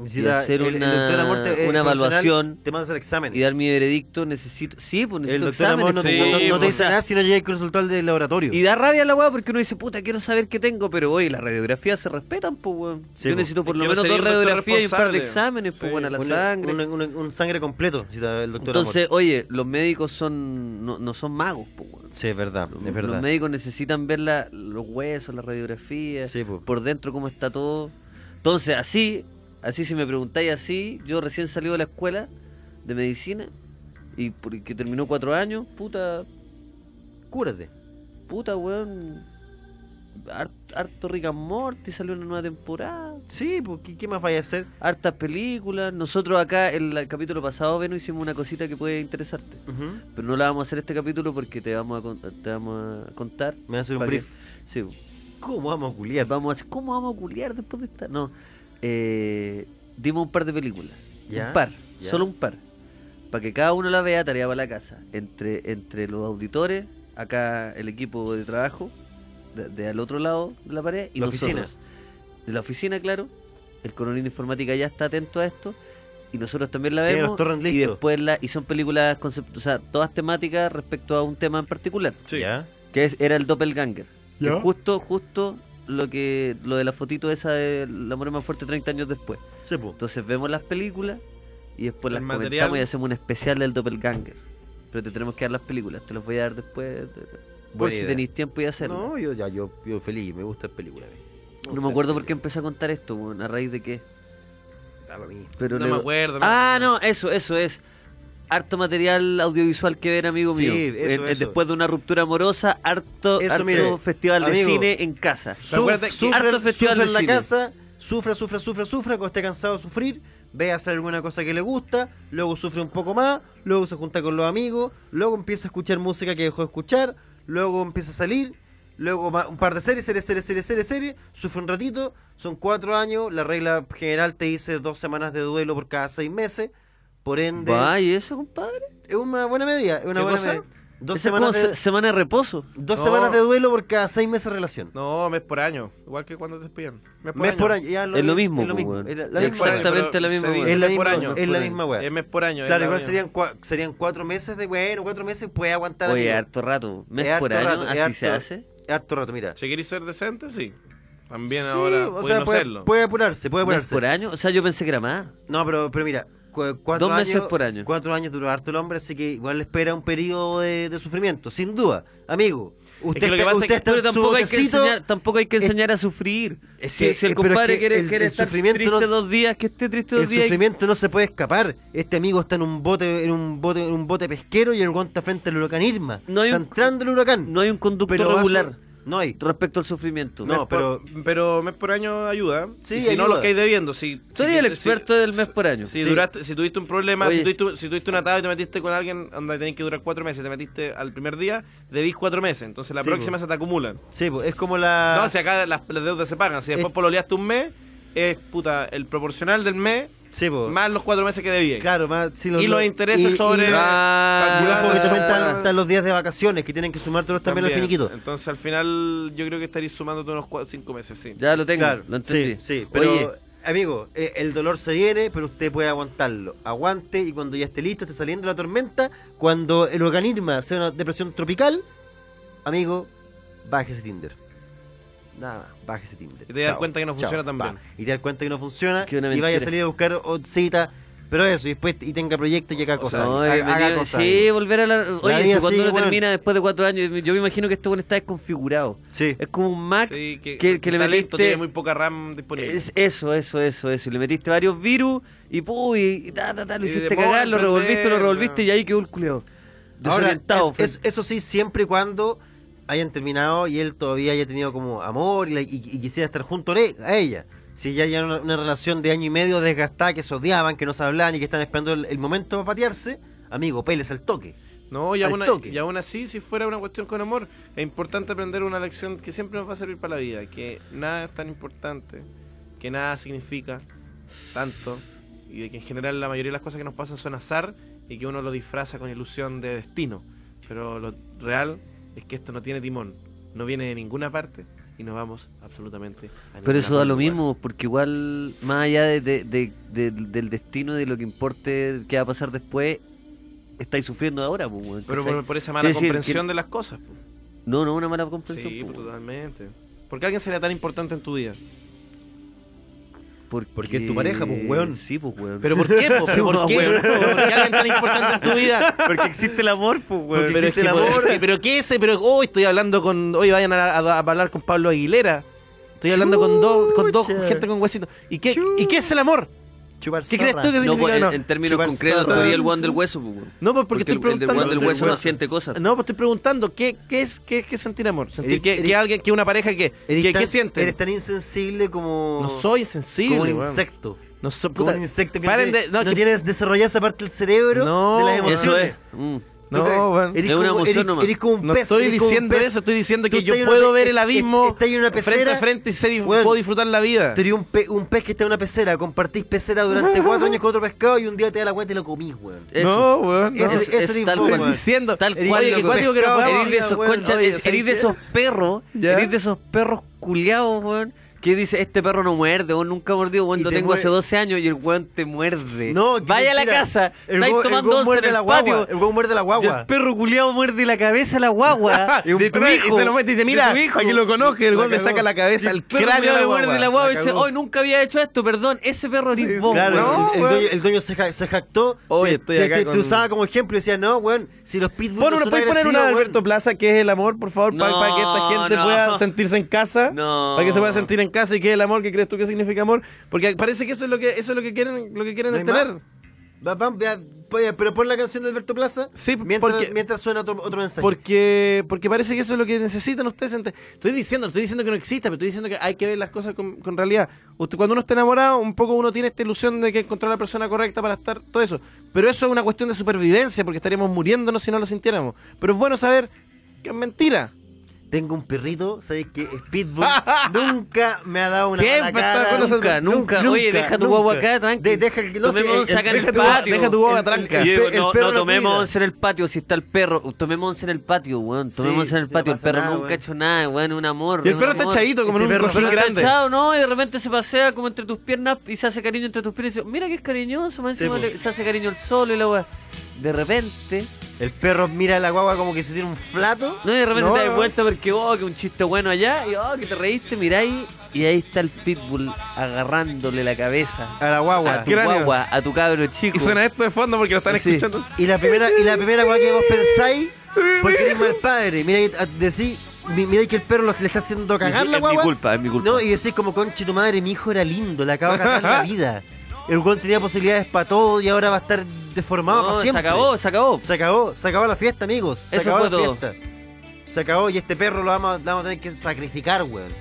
Necesita
Necesita
hacer
el- el
una,
doctor Amor te- eh,
una
profesional
evaluación
te manda a hacer examen.
y dar mi veredicto. Necesito. Sí, pues
El
necesito
doctor
exámenes,
Amor no,
pues,
no- no
weón.
te
O
dice
sea,
nada si no llega con el resultado del laboratorio.
Y da rabia la weá porque uno dice, puta, quiero saber qué tengo, pero oye, las radiografías se respetan, pues weón.
Sí,
Yo
po.
necesito por
Es
lo
que no
menos
sería
dos
un doctor
radiografías y un par de
responsable.
exámenes, pues
Sí.
bueno, la
Un-
sangre.
un- un- un sangre completo necesita el doctor
Entonces,
Amor.
oye, los médicos son no, no son magos, pues weón.
Sí, es verdad, es verdad.
Los médicos necesitan ver la- los huesos, la radiografía, por dentro cómo está todo. Entonces, así, así si me preguntáis así, yo recién salí de la escuela de medicina y por- que terminó cuatro años, puta,
Cúrate.
puta, weón. har- Harto Rick and Morty salió una nueva temporada.
Sí, pues, ¿qué, qué más vaya a hacer?
Hartas películas. Nosotros acá, en el capítulo pasado, Veno, hicimos una cosita que puede interesarte. Pero no la vamos a hacer este capítulo porque te vamos a, con- te vamos a contar.
Me va a hacer un
para
brief.
que- sí.
¿Cómo vamos a culiar?
Vamos a hacer- ¿Cómo vamos a culiar después de esta? No. Eh, dimos un par de películas.
Ya,
Un par.
ya.
Solo un par. Para que cada uno la vea, tarea para la casa. Entre, entre los auditores, acá el equipo de trabajo, de, de al otro lado de la pared, y
La
nosotros.
oficina.
De la oficina, claro. El coronel de informática ya está atento a esto. Y nosotros también la
Tiene los
vemos.
torrents
y
listos.
después la, y son películas concept- o sea, todas temáticas respecto a un tema en particular.
¿Ya?
Que es- era el doppelganger.
Ya.
Que Justo, justo lo que lo de la fotito esa de La Mujer Más Fuerte 30 años después.
Sí, po.
Entonces vemos las películas y después
El
las
material.
comentamos y hacemos un especial del doppelganger. Pero te tenemos que dar las películas, te las voy a dar después. de- oh, Por
Buena
si
idea.
tenéis tiempo y hacerlo.
No, yo ya, yo, yo feliz, me gusta la película.
No, me acuerdo por qué empecé a contar esto, weón, a raíz de qué. Pero
No
le-
me acuerdo, no
ah, no, eso, eso es. Harto material audiovisual que ver, amigo
Sí,
mío.
eso,
En- en-
eso.
Después de una ruptura amorosa, harto,
Eso,
harto
mire,
festival
amigo.
de cine en casa.
Sufre,
harto
sufre,
festival de
en la
cine.
casa, sufra, sufra, sufra, sufra, cuando esté cansado de sufrir, ve a hacer alguna cosa que le gusta, luego sufre un poco más, luego se junta con los amigos, luego empieza a escuchar música que dejó de escuchar, luego empieza a salir, luego ma- un par de series, series, series, series, series, series, sufre un ratito, son cuatro años, la regla general te dice dos semanas de duelo por cada seis meses, por ende...
Va, ¿y eso, compadre?
Es una buena medida, es una
¿Qué
buena
cosa?
medida. Dos
Esa es como
semanas,
se-
de,
semana de reposo.
dos
No.
semanas de duelo por cada seis meses de relación.
No, mes por año. Igual que cuando te despiden. Mes por
Mes
año.
por año, ya
Es lo mismo,
es lo
pues,
mismo.
weón.
Es la- la
Mes
misma
por año,
Exactamente
pero
la misma
se
weá.
dice
Es la
mes por
misma,
año.
es la misma weá.
Es mes por año. es
Claro,
la
igual
misma.
serían, cua- serían cuatro meses de bueno, cuatro meses puede aguantar
Oye,
amigo.
harto rato. Mes
Es
por
harto
año,
rato,
así
es
se
harto-
hace.
Es harto rato, mira.
Si queréis ser decente, sí. También
Sí,
ahora
o
pueden
sea,
no
puede,
serlo.
puede apurarse, puede
¿Mes
apurarse.
por año? O sea, yo pensé que era más.
No, pero, pero mira, cu- cuatro
Dos
años,
meses por año.
Cuatro años duró harto el hombre, así que igual le espera un periodo de, de sufrimiento, sin duda. Amigo, usted,
lo que
está,
pasa es
usted
que-
está
pero
en su
tampoco hay, que
botecito,
enseñar, tampoco hay que enseñar a sufrir.
es
si,
que- eh,
si el
pero es
compadre
que
quiere,
el-
quiere
el
estar
sufrimiento
triste
no-
dos días, que esté triste dos
el
días. y-
sufrimiento no se puede escapar. Este amigo está en un bote, en un bote, en un bote pesquero y el guante está frente al huracán Irma.
No hay
está
un-
entrando el huracán.
No hay un conducto
Pero va a su-
regular
No hay.
respecto al sufrimiento.
No,
Mes por-
pero-
Pero mes por año ayuda.
Sí,
y si no
ayuda.
lo que hay debiendo, si, si-
Tú eres el
si-
experto del mes por año.
Si,
Sí.
duraste, si tuviste un problema,
Oye.
si tuviste, si tuviste un atado y te metiste con alguien donde tenés que durar cuatro meses, te metiste al primer día, debís cuatro meses, entonces la
Sí,
próxima
po.
se te acumulan.
Sí, pues, es como la.
No, si acá las, las deudas se pagan, si después
Es-
pololeaste un mes, es puta, el proporcional del mes
Sí, pues.
más los cuatro meses que debías.
Claro, más, sí,
y los intereses sobre...
Y
Ah,
ojo que también
calcular-
están, están los días de vacaciones que tienen que sumártelos también, al finiquito.
Entonces al final yo creo que estaréis sumándote unos cuatro, cinco meses, sí.
Ya lo tengo,
Claro,
lo entendí.
sí, sí. Pero,
Oye,
amigo, eh, el dolor se viene, pero usted puede aguantarlo. Aguante y cuando ya esté listo, esté saliendo la tormenta, cuando el organismo sea una depresión tropical, amigo, bájese Tinder. Nada más, bájese Tinder.
Y te das
Chao,
cuenta que no
chao,
funciona tan
va.
bien.
Y te das cuenta que no funciona
Que una
y vaya a
mentira.
salir a buscar o- cita. Pero eso, y después y tenga proyectos y haga cosas.
no,
haga-
he
haga
venido-
cosas,
sí,
amigo.
volver a la. Oye,
vida
si cuando
sigue,
uno
weón.
termina después de cuatro años, yo me imagino que este bueno está desconfigurado.
Sí.
Es como un Mac
Sí, que,
que, que le
está lento, tiene
metiste.
muy poca RAM disponible.
Es eso, eso, eso, eso. Y le metiste varios virus y puy, y ta, ta, ta, lo
Y
hiciste
demora en
cagar, lo revolviste, lo
prender,
revolviste
no.
y ahí quedó el culeo.
Ahora,
Desorientado.
es- es- eso sí, siempre y cuando hayan terminado y él todavía haya tenido como amor y, la- y- y quisiera estar junto a e- a ella. Si ya hay una, una relación de año y medio desgastada, que se odiaban, que no se hablaban y que están esperando el, el momento para patearse, amigo, peles al toque.
No, y
Al
aún,
toque.
y aún así, si fuera una cuestión con amor, es importante aprender una lección que siempre nos va a servir para la vida, que nada es tan importante, que nada significa tanto, y de que en general la mayoría de las cosas que nos pasan son azar y que uno lo disfraza con ilusión de destino. Pero lo real es que esto no tiene timón, no viene de ninguna parte y nos vamos absolutamente a
Pero eso da lo
ningún lugar.
mismo, porque igual, más allá de, de- de- de- del destino y de lo que importe qué va a pasar después, estáis sufriendo ahora. pues, weón,
Pero
¿cachai?
por, por esa mala
Sí, sí,
comprensión
que-
de las cosas. po.
No, no, una mala comprensión.
Sí,
pues,
pues, totalmente. ¿Por qué alguien sería tan importante en tu vida?
Porque,
es tu pareja, pues, weón.
Sí, pues, weón.
¿Pero por qué, po?
Sí,
¿Pero
pues,
por qué?
weón.
¿Pero por qué alguien tan importante en tu vida?
Porque existe el amor, pues, weón.
pero es que, por- es que- pero qué ese, pero hoy estoy hablando con, hoy vayan a, a- a hablar con Pablo Aguilera. Estoy hablando con dos, con dos
Chucha.
gente con huesito. ¿Y qué, ¿Y qué es el amor? ¿Qué crees tú que
No,
significa?
pues, en,
No.
en términos
Chupar
concretos,
zorra.
podría el weón del hueso, pues, weón.
No, pues porque, estoy
Porque el- el del
preguntando.
weón del hueso no siente cosas.
No, pues estoy preguntando, ¿qué, qué es, qué, es- qué es sentir amor? Sentir
Eres-
que, que
eres-
alguien, que una pareja que,
Eres
que-
tan-
¿qué siente.
Eres tan insensible como.
No soy sensible,
Como un
weón.
insecto.
No soy
Como
puta.
un insecto que
Paren
no,
de- no, que-
tienes desarrollada esa parte del cerebro
No,
de las
eso
emociones.
es.
Tú
Mm. No,
que-
weón.
eres
Es una
como-
emoción
eres-
nomás.
eres como un
No
pez,
estoy
eres como un
diciendo
pez.
eso, estoy diciendo
Tú
que yo
estás en una
puedo
pe-
ver el
est-
abismo
estás en una
frente a
pecera.
frente y sé-
Weón,
puedo disfrutar la vida.
Tú eres un, pe- un pez que está en una pecera, compartís pecera durante cuatro años con otro pescado y un día te da la cuenta y lo comís, weón.
No, weón. No.
Ese- ese
es
tipo,
tal
weón.
cual.
Diciendo,
Tal
Eres-
cual,
oye, que
loco.
cuático que no
Pescado,
podamos
eres de
hablar,
esos
weón.
conchas,
Oye,
es-
¿sabes
eres de
qué?
esos perros,
Ya.
eres de esos perros culiados, weón. Que dice, este perro no muerde, weón, nunca mordió, weón,
Y
lo
te
tengo
mue-
hace 12 años y el weón te muerde.
No, que
Vaya a la
mentira.
casa,
El
estáis
weón- el
tomando
weón
once
muerde
en
la
el
guagua,
patio.
el weón muerde la
y
guagua.
el perro culiado muerde la cabeza a la guagua
Y, un
de tu
crack,
hijo.
y se lo mete y dice, mira, para que lo conozca, el weón le saca la cabeza al
Pero
cráneo.
culiao
de
le
la
muerde
guagua. "Oh,
la guagua y
La
dice,
cagó.
hoy nunca había hecho esto, perdón, ese perro eres vos,
Claro,
weón".
el- el,
weón.
dueño, el dueño se, ja- se jactó.
Oye,
te-
estoy
te,
acá
te-
con-
te usaba como ejemplo y decía, no, weón, si los pitbulls
Pon
no
una-
son
¿Puedes poner una de
agresivos, weón,
Alberto Plaza, que es el amor, por favor, para,
No,
que esta gente
no.
pueda sentirse en casa?
No.
Para que se pueda sentir en casa y que el amor, ¿qué crees tú que significa amor? Porque parece que eso es lo que eso es lo que quieren lo que quieren
¿No hay
tener.
más? Va- va- va- oye, pero pon la canción de Alberto Plaza
Sí, pues,
mientras,
porque-
mientras suena otro, otro mensaje.
Porque, porque parece que eso es lo que necesitan ustedes. ente- Estoy diciendo, no estoy diciendo que no exista, pero estoy diciendo que hay que ver las cosas con, con realidad. Usted, cuando uno está enamorado, un poco uno tiene esta ilusión de que encontró a la persona correcta para estar, todo eso. Pero eso es una cuestión de supervivencia, porque estaríamos muriéndonos si no lo sintiéramos. Pero es bueno saber que es mentira.
Tengo un perrito, ¿sabes qué? Es Pitbull. nunca me ha dado una
Siempre
mala
está
cara.
con nosotros.
Nunca, nunca, Oye, deja tu guagua acá, tranqui.
De- deja que- no sé,
tomemos once
el-
acá en
deja
el
tu guagua-
patio.
deja tu guagua
El- el-
tranca.
el
Y yo digo,
pe- el
no,
perro
no
lo
tomemos
cuida.
once en el patio si está el perro. Tomemos once en el patio, weón. Tomemos once en el
sí, no
patio. el
pasa
perro
nada,
nunca
weón.
ha hecho nada, weón. Un amor.
Y el
un
perro está
amor.
echadito como en
Este
un
perro
cojín
está
grande.
Cansado, ¿no? Y de repente se pasea como entre tus piernas y se hace cariño entre tus piernas. Y dice, mira que es cariñoso, más
Sí,
encima
pues.
le- se hace cariño el sol y la weá. De repente,
El perro mira a la guagua como que se tiene un flato.
no, y de repente
No,
te das
no.
cuenta porque, oh, que un chiste bueno allá, y oh, que te reíste, miráis, y ahí está el pitbull agarrándole la cabeza
A la guagua.
a tu
cráneo.
guagua, a tu cabro chico.
Y suena esto de fondo porque lo están
Sí.
escuchando.
Y la primera, y la primera guagua que vos pensáis, porque eres mal padre. Mira, y- a- decís, mi- mira que el perro lo- le está haciendo cagar
Es-
la
es mi
guagua.
culpa, es mi culpa.
No, y decís como, conche tu madre, mi hijo era lindo, le acabo de cagar la vida. El gol tenía posibilidades para todo y ahora va a estar deformado
No,
para
se
siempre.
acabó, se acabó.
Se acabó, se acabó la fiesta, amigos. Se
Eso
acabó
fue
la
todo.
fiesta. Se acabó y este perro lo vamos, a- lo vamos a tener que sacrificar, weón.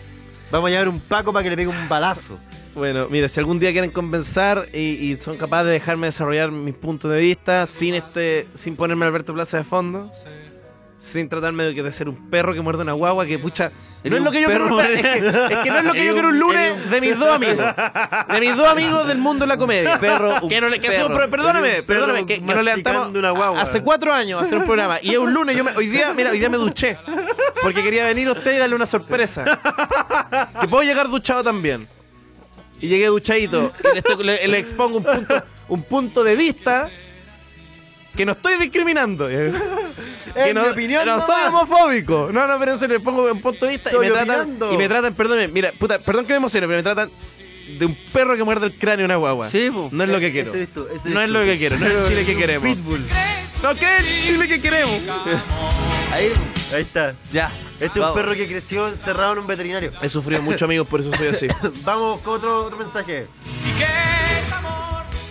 Vamos a llevar un Paco para que le pegue un balazo.
Bueno, mira, si algún día quieren compensar y, y son capaces de dejarme desarrollar mis puntos de vista sin este, sin ponerme a Alberto Plaza de fondo, sin tratarme de, que- de ser un perro que muerde una guagua, que pucha, no
Eres
es lo que
un
yo quiero.
perro.
una- Es que, es que no es lo que
Eres
yo
un-
quiero un
eres
lunes de mis dos amigos, de mis dos amigos del mundo de la comedia.
perro, un
que no le, que
perro.
hacemos- pero perdóname,
Eres un perro
perdóname, que, que nos levantamos
masticando una guagua.
hace cuatro años a hacer un programa y es un lunes. Yo me- hoy día, mira, hoy día me duché porque quería venir a usted y darle una sorpresa. Que puedo llegar duchado también. Y llegué duchadito. Y le, estoy- le- le expongo un punto, un punto de vista que no estoy discriminando. Que no,
mi opinión
no
nomás.
soy homofóbico. No, no, pero en serio, le pongo un punto de vista y
Estoy
me, tratan,
opinando.
y me tratan, perdón, mira, puta, perdón que me emocione, pero me tratan de un perro que muerde el cráneo a una guagua.
Sí, po.
No es lo que
Ese
quiero.
eres tú, ese
No
eres
es
tú.
lo que quiero, no es el Chile que
Un
queremos.
Pitbull.
No que es el Chile que queremos.
Ahí, ahí está.
Ya.
Este es un
vamos.
perro que creció encerrado en un veterinario.
He sufrido mucho, amigos, por eso soy así.
Vamos con otro, otro mensaje.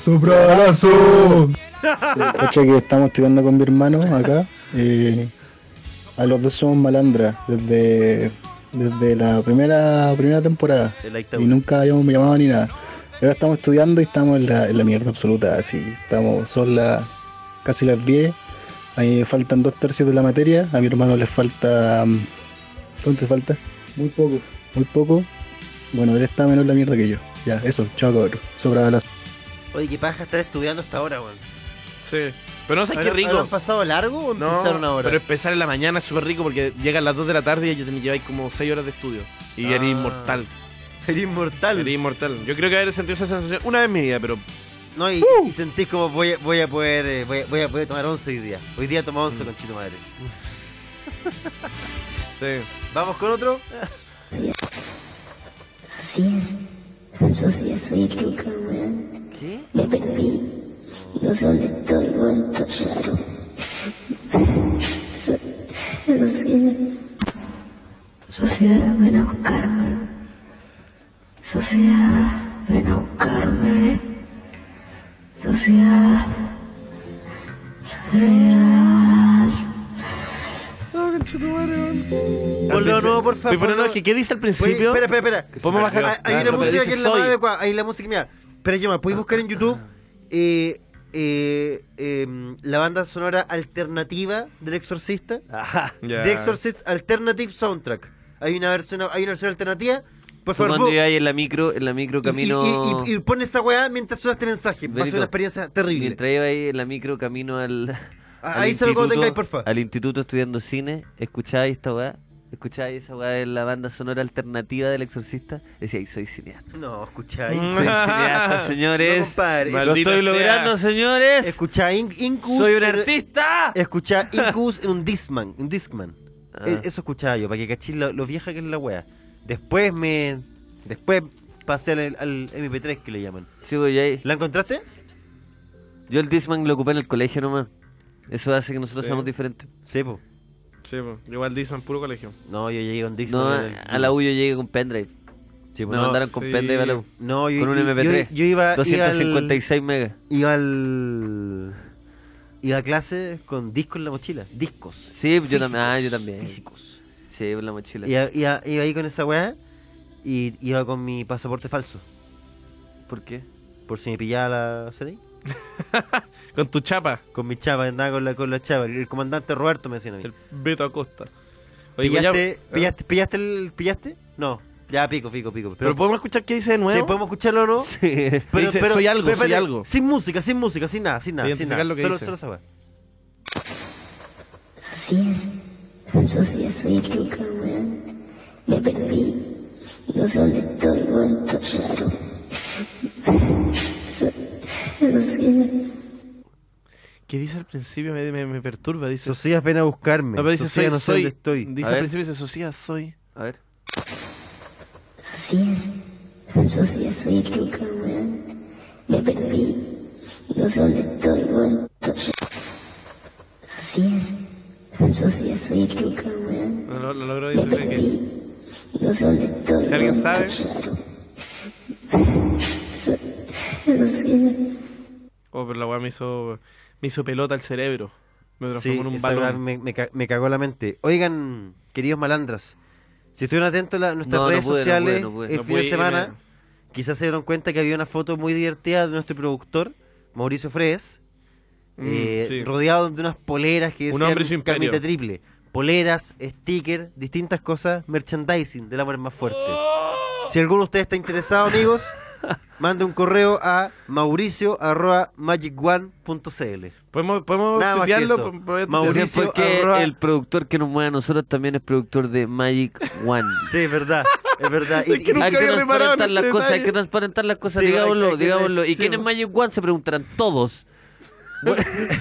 ¡Sobralazo! Cacha que estamos estudiando con mi hermano acá. eh, a los dos somos malandras desde, desde la primera, primera temporada.
De la
Y
dictadura.
nunca habíamos llamado ni nada. Y ahora estamos estudiando y estamos en la, en la mierda absoluta. Así, estamos, son las casi las 10. A mí me faltan dos tercios de la materia. A mi hermano le falta. mm, ¿Cuánto falta? Muy poco. Muy poco. Bueno, él está menos la mierda que yo. Ya, eso, chao cabrón. Sobra la
Oye, qué paja estar estudiando hasta ahora, weón.
Sí. Pero no sé qué
¿Habrán-
rico.
habrán pasado largo o empezaron ahora?
Pero empezar en la mañana es súper rico porque llegan las 2 de la tarde y ya te lleváis como 6 horas de estudio. Y
Ah.
eres inmortal.
Eres inmortal.
Eres inmortal. Yo creo que haber sentido esa sensación una vez en mi vida, pero. ¡Uh!
No, y, y sentís como voy a, voy a poder eh, voy a, voy a poder tomar once hoy día. Hoy día toma
Mm.
once con chito madre.
Sí.
¿Vamos con otro?
Socia, soy el Luca, weón. ¿Qué? Me perdí. No sé dónde estoy, weón. Está raro. Socia, ven a buscarme. Socia, ven a buscarme. Socia. Socia.
No, conchetumare,
Al
Ponlo de
principio-
nuevo, por favor.
Pero no, es que ¿qué dice al principio?
Oye, espera, espera, espera.
Podemos bajar.
Hay, hay
Ah,
una
no, pero
música
dice
que es la más
soy.
adecuada. Hay la música, mira. Pero yo me podéis buscar en YouTube eh, eh, em, la banda sonora alternativa del Exorcista.
Ya.
The Exorcist Alternative Soundtrack. Hay una versión, hay una versión alternativa. Por favor,
Tomando
bu-
y ahí en la micro, en la micro camino.
y, y- y pon esa weá mientras suena este mensaje. Va a ser
Benito,
una experiencia terrible. Ah,
Mientras iba ahí en la micro camino al. al
ahí sabe cuando
instituto-
tengáis, porfa.
Al instituto estudiando cine, escucháis esta weá, escucháis esa weá de la banda sonora alternativa del exorcista, decíais, soy cineasta.
No, escucháis.
Soy cineasta, señores.
No, compadre,
Lo
es-
estoy logrando, señores.
Escuchá In- Incus.
Soy un
en-
artista.
Escuchá Incus en un Discman. Un Discman.
Ah.
E- Eso escuchaba yo, para que cachis lo, lo vieja que es la wea. Después me. Después pasé al, al MP3 que le llaman. ¿La encontraste?
Yo el Disman lo ocupé en el colegio nomás. Eso hace que nosotros
Sí.
seamos diferentes.
Sí, po.
Sí, pues. Yo igual Disman, puro colegio.
No, yo llegué con Discman.
No,
en el-
a la U yo llegué con pendrive.
Sí, po,
Me
no,
mandaron con
sí.
pendrive a la U.
No, yo-
con un
yo-
MP3.
yo- yo iba- iba al-
256 megas.
Iba al. Iba a clases con discos en la mochila. Discos.
Sí, yo
Físicos,
también. Ah, yo también.
Físicos.
Sí, por la mochila.
Iba, iba- iba ahí con esa weá y iba con mi pasaporte falso.
¿Por qué?
Por si me pillaba la CDI.
Con tu chapa.
Con mi chapa, andaba con la, con la chapa. El comandante Roberto me decía a mí. El
Beto Acosta.
¿Pillaste,
ya-
pillaste, pillaste el, ¿Pillaste? No. Ya, pico, pico, pico. Pero,
¿Pero podemos escuchar qué dice de nuevo?
Sí, podemos escucharlo o no.
Pero,
Dice, soy algo, soy
espérate,
algo.
Sin música, sin música, sin nada, sin nada. Sin
Identificar
nada.
lo que
solo,
dice.
solo esa weá.
Socia, soy el Luca, weón. Me perdí. No sé dónde estoy, weón. Está raro.
¿Qué dice al principio? Me, me, me perturba. Dice.
Socias, ven a buscarme.
No, pero dice,
Socias,
soy,
no sé
soy-
dónde estoy.
Dice
A
al
ver.
principio, dice, Socias, soy.
A ver.
Socia, soy el Luca, weón. Me perdí. No sé dónde estoy, weón. Está raro. Socia, soy el Luca, weón.
No lo, lo logro identificar qué es.
No sé dónde estoy.
Si alguien sabe. Oh, pero la weá me hizo, me hizo pelota al cerebro. Me transformó
Sí,
en un
esa weá
balón.
me, me ca- me cagó la mente. Oigan, queridos malandras, si estuvieron atentos a la- nuestras
No, no
redes
pude, no
sociales
pude, no pude.
el
No
fin
pude
de
irme.
semana, quizás se dieron cuenta que había una foto muy divertida de nuestro productor, Mauricio Fres,
Mm,
eh,
sí.
rodeado de unas poleras que
Un
decían
hombre sin imperio.
camita triple. Poleras, stickers, distintas cosas, merchandising del amor es más fuerte.
¡Oh!
Si alguno de ustedes está interesado, amigos, mande un correo a mauricio.magicone.cl.
¿Podemos, podemos
Nada más que
tuitearlo?
eso.
¿Podemos tuitearlo?
Mauricio
Porque
arroba-
el productor que nos mueve a nosotros también es productor de Magic One.
Sí, es verdad, es verdad. Y- y-
hay que transparentar las cosas, hay que transparentar las cosas,
Sí, hay
digámoslo,
que- hay que
digámoslo. ¿Y
decir-
quién es Magic One? Se preguntarán todos.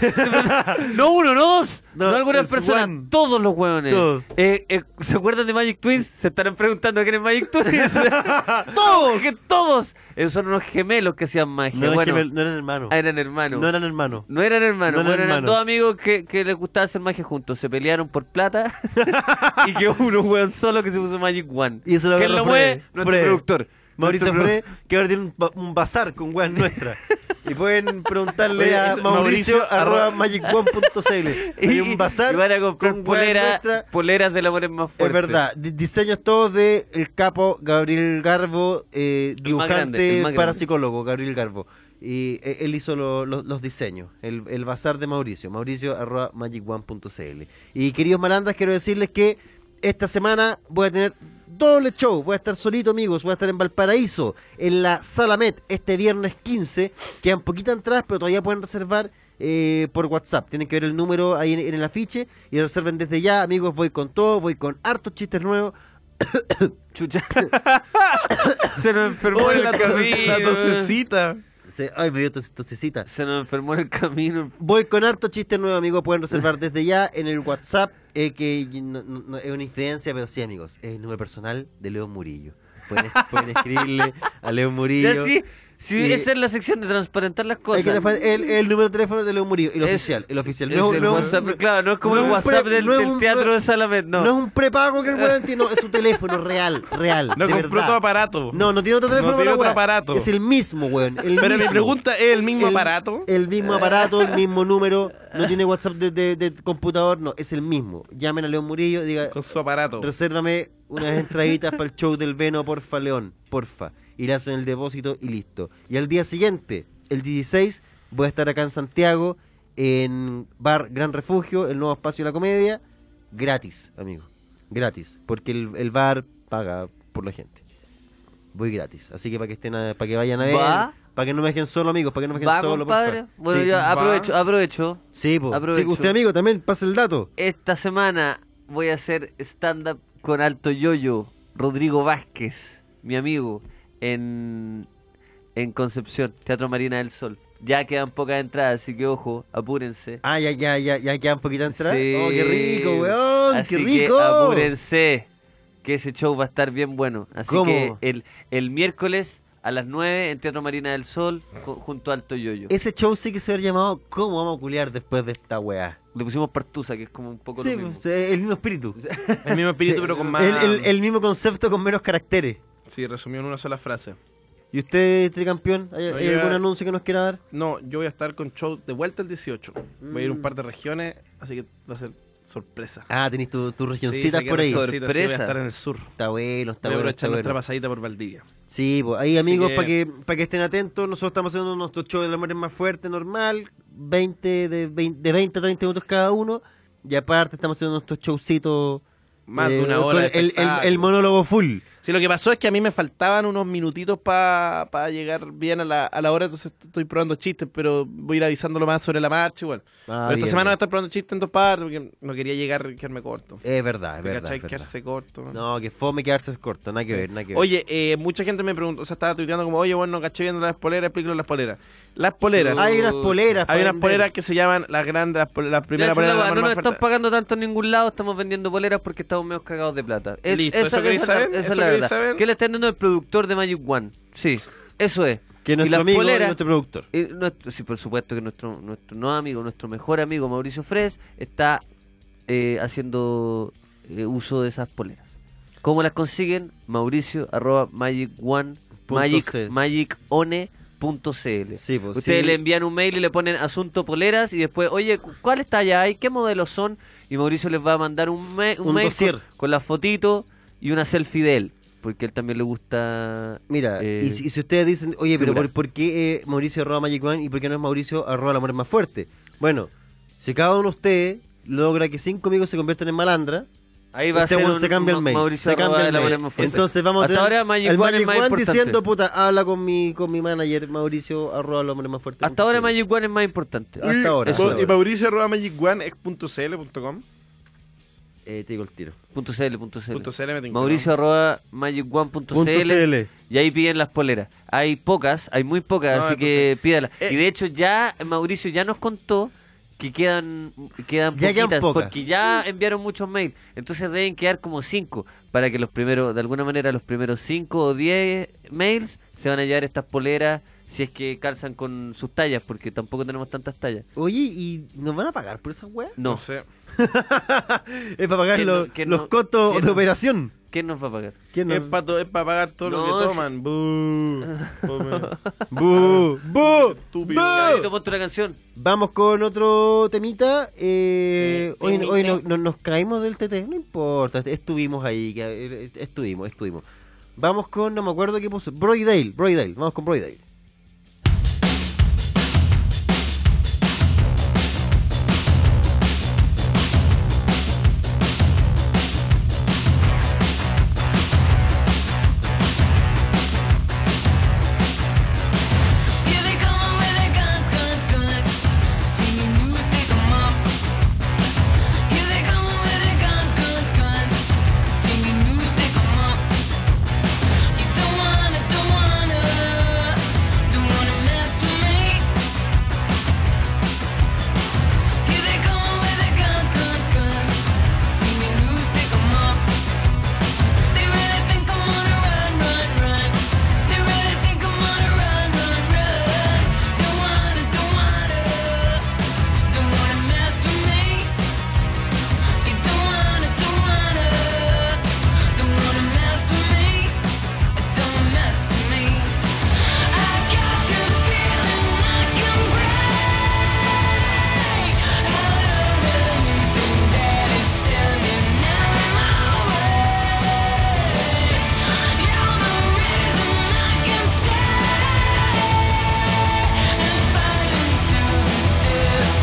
no uno, no dos, no,
No,
algunas
es
personas,
one.
todos los hueones.
Todos.
Eh, eh, ¿Se acuerdan de Magic Twins? Se estarán preguntando quién es Magic Twins. todos, que todos. Esos son unos gemelos que hacían magia.
No eran,
Bueno,
gemel- no eran hermanos.
ah, eran hermanos.
No eran hermanos.
No eran hermanos,
No eran
bueno, eran
hermanos.
dos amigos que, que les gustaba hacer magia juntos. Se pelearon por plata y quedó uno weón solo que se puso Magic One.
Y eso lo
¿Quién
agarró
lo
Fred,
mueve? Nuestro
Fred.
productor.
Mauricio
Nuestro
Fre, que ahora tiene un, ba- un bazar con weas nuestras. Y pueden preguntarle
Oye,
a
es
mauricio,
Mauricio
arroba
arroba-
magicone.cl.
Y,
Hay un bazar
y van a comprar
con weas
polera-
nuestras.
poleras del amor es más
Es
fuerte.
verdad, di- diseños todos de el capo Gabriel Garbo, eh,
más
dibujante
grande, el más grande.
parapsicólogo Gabriel Garbo. Y eh, él hizo lo- lo- los diseños, el, el bazar de Mauricio, mauricio arroba magicone.cl. Y queridos malandras, quiero decirles que esta semana voy a tener doble show, voy a estar solito amigos, voy a estar en Valparaíso, en la Sala Met, este viernes 15. Quedan poquitas entradas, pero todavía pueden reservar eh, por WhatsApp. Tienen que ver el número ahí en, en el afiche y reserven desde ya. Amigos, voy con todo, voy con hartos chistes nuevos. Chucha.
Se nos enfermó en la camino.
La tosecita. Se- ay, me dio tos- tosecita.
Se nos enfermó en el camino.
Voy con harto chiste nuevo, amigos. Pueden reservar desde ya en el WhatsApp, eh, que no- no- no- es una incidencia, pero sí, amigos. Es el número personal de León Murillo. Pueden, pueden escribirle a León Murillo.
Ya sí, si
Y-
esa es la sección de transparentar las
hay
cosas.
que transpa- el, el número de teléfono de León Murillo, el oficial, el oficial.
es el WhatsApp, claro, no es como el
es un
WhatsApp
pre-
del,
no es
del
un pre-
teatro de Salamed, no.
No es un prepago que el weón tiene, no, es un teléfono real, real.
No
de
compró
verdad.
otro aparato.
No, no tiene otro teléfono.
No tiene
para
otro
weá.
aparato.
Es el mismo, weón. el
Pero mi
mismo.
pregunta es: ¿el mismo aparato? Ah.
El mismo aparato, el mismo número. No tiene WhatsApp de, de- de computador, no, es el mismo. Llamen a León Murillo y diga. Con
su aparato.
Resérvame unas entraditas para el show del Veno, porfa, León, porfa. Y le hacen el depósito y listo. Y al día siguiente, el 16, voy a estar acá en Santiago, en Bar Gran Refugio, el nuevo espacio de la comedia, gratis, amigo. Gratis. Porque el, el bar paga por la gente. Voy gratis. Así que para que estén a- para que vayan a ver.
¿Va?
Para que no me dejen solo, amigos. Para que no me dejen
Va,
solo,
compadre.
porfa.
Bueno,
Sí.
ya aprovecho, aprovecho.
Sí, po.
Aprovecho.
Sí, que usted, amigo, también pasa el dato.
Esta semana voy a hacer stand-up con Alto Yoyo, Rodrigo Vázquez, mi amigo, en, en Concepción, Teatro Marina del Sol. Ya quedan pocas entradas, así que ojo, apúrense.
Ah, ya, ya, ya, ya quedan poquitas entradas.
Sí.
Oh, qué rico, weón.
Así
qué
que
rico.
apúrense, que ese show va a estar bien bueno. Así
¿Cómo?
que el, el miércoles a las 9 en Teatro Marina del Sol,
Ah.
co- junto a Alto Yoyo.
Ese show sí que se habría llamado ¿Cómo vamos a culiar después de esta weá?
Le pusimos partusa, que es como un poco
Sí,
lo mismo.
pues, eh, el mismo espíritu.
El mismo espíritu, pero con más.
El, el- el mismo concepto con menos caracteres.
Sí, resumió en una sola frase.
¿Y usted, tricampeón? ¿Hay,
No,
hay
yo-
algún anuncio que nos quiera dar?
No, yo voy a estar con show de vuelta el 18. Voy
Mm.
a ir a un par de regiones, así que va a ser sorpresa.
Ah, tenéis tu- tus
Sí,
regioncitas
saqué
por ahí.
regioncitas, sí, voy a estar en el sur.
Está bueno, está
Voy a
bueno.
aprovechar
Está
nuestra
bueno.
pasadita por Valdivia.
Sí, pues ahí amigos,
que-
para que, para que estén atentos, nosotros estamos haciendo nuestro show del amor es más fuerte, normal, 20 de, 20, de 20 a 30 minutos cada uno, y aparte estamos haciendo nuestros showcitos...
Más de
eh,
una
con
hora. de
El, el,
espectáculo.
el monólogo full.
Sí, lo que pasó es que a mí me faltaban unos minutitos para llegar bien a la, a la hora, entonces estoy probando chistes, pero voy a ir avisándolo más sobre la marcha igual.
Ah,
pero esta
bien,
semana voy
bien.
a estar probando chistes en dos partes porque no quería llegar y quedarme corto.
Es verdad, es
¿Te
verdad.
cachai?
es verdad.
Quedarse corto. man.
No, que fome quedarse corto, nada que ver, nada que ver.
Oye, eh, mucha gente me preguntó, o sea, estaba tuiteando como, oye, bueno, caché viendo las poleras, explícalo las poleras. Las poleras.
Hay unas poleras para
Hay unas
vender.
poleras que se llaman las grandes, las, pol- las primeras
Mira, esa
poleras.
es la
de la
weá, no nos
marca
están
Ferta-
pagando tanto en ningún lado, estamos vendiendo boleras porque estamos medio cagados de plata. Es-
Listo, ¿eso queréis
esa,
saber? ¿Eso
esa es la
queréis
verdad.
saber?
¿Qué le está vendiendo el productor de Magic One? Sí, eso es.
que nuestro
las
amigo y
poleras-
nuestro productor.
eh, nuestro- sí, por supuesto que nuestro, nuestro no amigo, nuestro mejor amigo Mauricio Fres está eh, haciendo eh, uso de esas poleras. ¿Cómo las consiguen? Mauricio arroba magic one
Punto
magic,
C.
magicone.cl.
Sí, pues,
Ustedes
sí.
le envían un mail y le ponen asunto poleras y después, oye, cu- ¿cuáles tallas hay? ¿Qué modelos son? Y Mauricio les va a mandar un, ma- un
Un
mail
dossier.
con, con la fotito y una selfie de él, porque él también le gusta...
Mira,
eh,
y, si, y si ustedes dicen, oye, pero
figurar.
¿por, por qué eh, Mauricio arroba Magic One y por qué no es Mauricio arroba el amor es más fuerte? Bueno, si cada uno de ustedes logra que cinco amigos se conviertan en malandra,
Ahí va
este
a ser
weón
un
se cambia el
Ma-
mail.
Mauricio
se cambia
Arroba
el
de la
mail.
Bola Más Fuerte.
Entonces vamos a
Hasta
tener
ahora Magic
al
One es
Magic
más
One
importante.
diciendo, puta, habla con mi, con mi manager Mauricio arroba el amor es más fuerte.
Hasta ahora Magic One es más importante.
hasta
Y- y
ahora, hasta
Mau-
ahora.
Y Mauricio arroba magicone.cl.com.
Eh, te digo el tiro.
Punto .cl, punto .cl.
Punto CL, me tinca,
Mauricio arroba magicone.cl
CL.
y ahí piden las poleras. Hay pocas, hay muy pocas,
No,
así que
entonces-
pídalas.
Eh.
y de hecho ya Mauricio ya nos contó que quedan quedan
Ya quedan
poquitas,
pocas.
porque ya enviaron muchos mails. Entonces deben quedar como cinco para que los primeros, de alguna manera, los primeros cinco o 10 mails se van a llevar estas poleras si es que calzan con sus tallas, porque tampoco tenemos tantas tallas.
Oye, ¿y nos van a pagar por esa weá?
No,
No sé.
Es para pagar
¿Quién
los,
no- quién
los
no-
costos
quién
de
no-
operación.
¿quién nos va a pagar?
¿Quién
Es
no-
para pagar todo
No,
lo que
sí.
toman. Buh. Come.
¡Bu! ¡Bu!
Estúpido.
¡Bu!
Yo ponte la canción.
Vamos con otro temita. eh,
Eh,
hoy
temita.
hoy no- no- nos caímos del TT, no importa. Estuvimos ahí, que- eh, estuvimos, estuvimos. Vamos con, no me acuerdo qué puso. Broydale, Broydale, vamos con Broydale.
Here they come with their guns, guns, guns. See
Uh,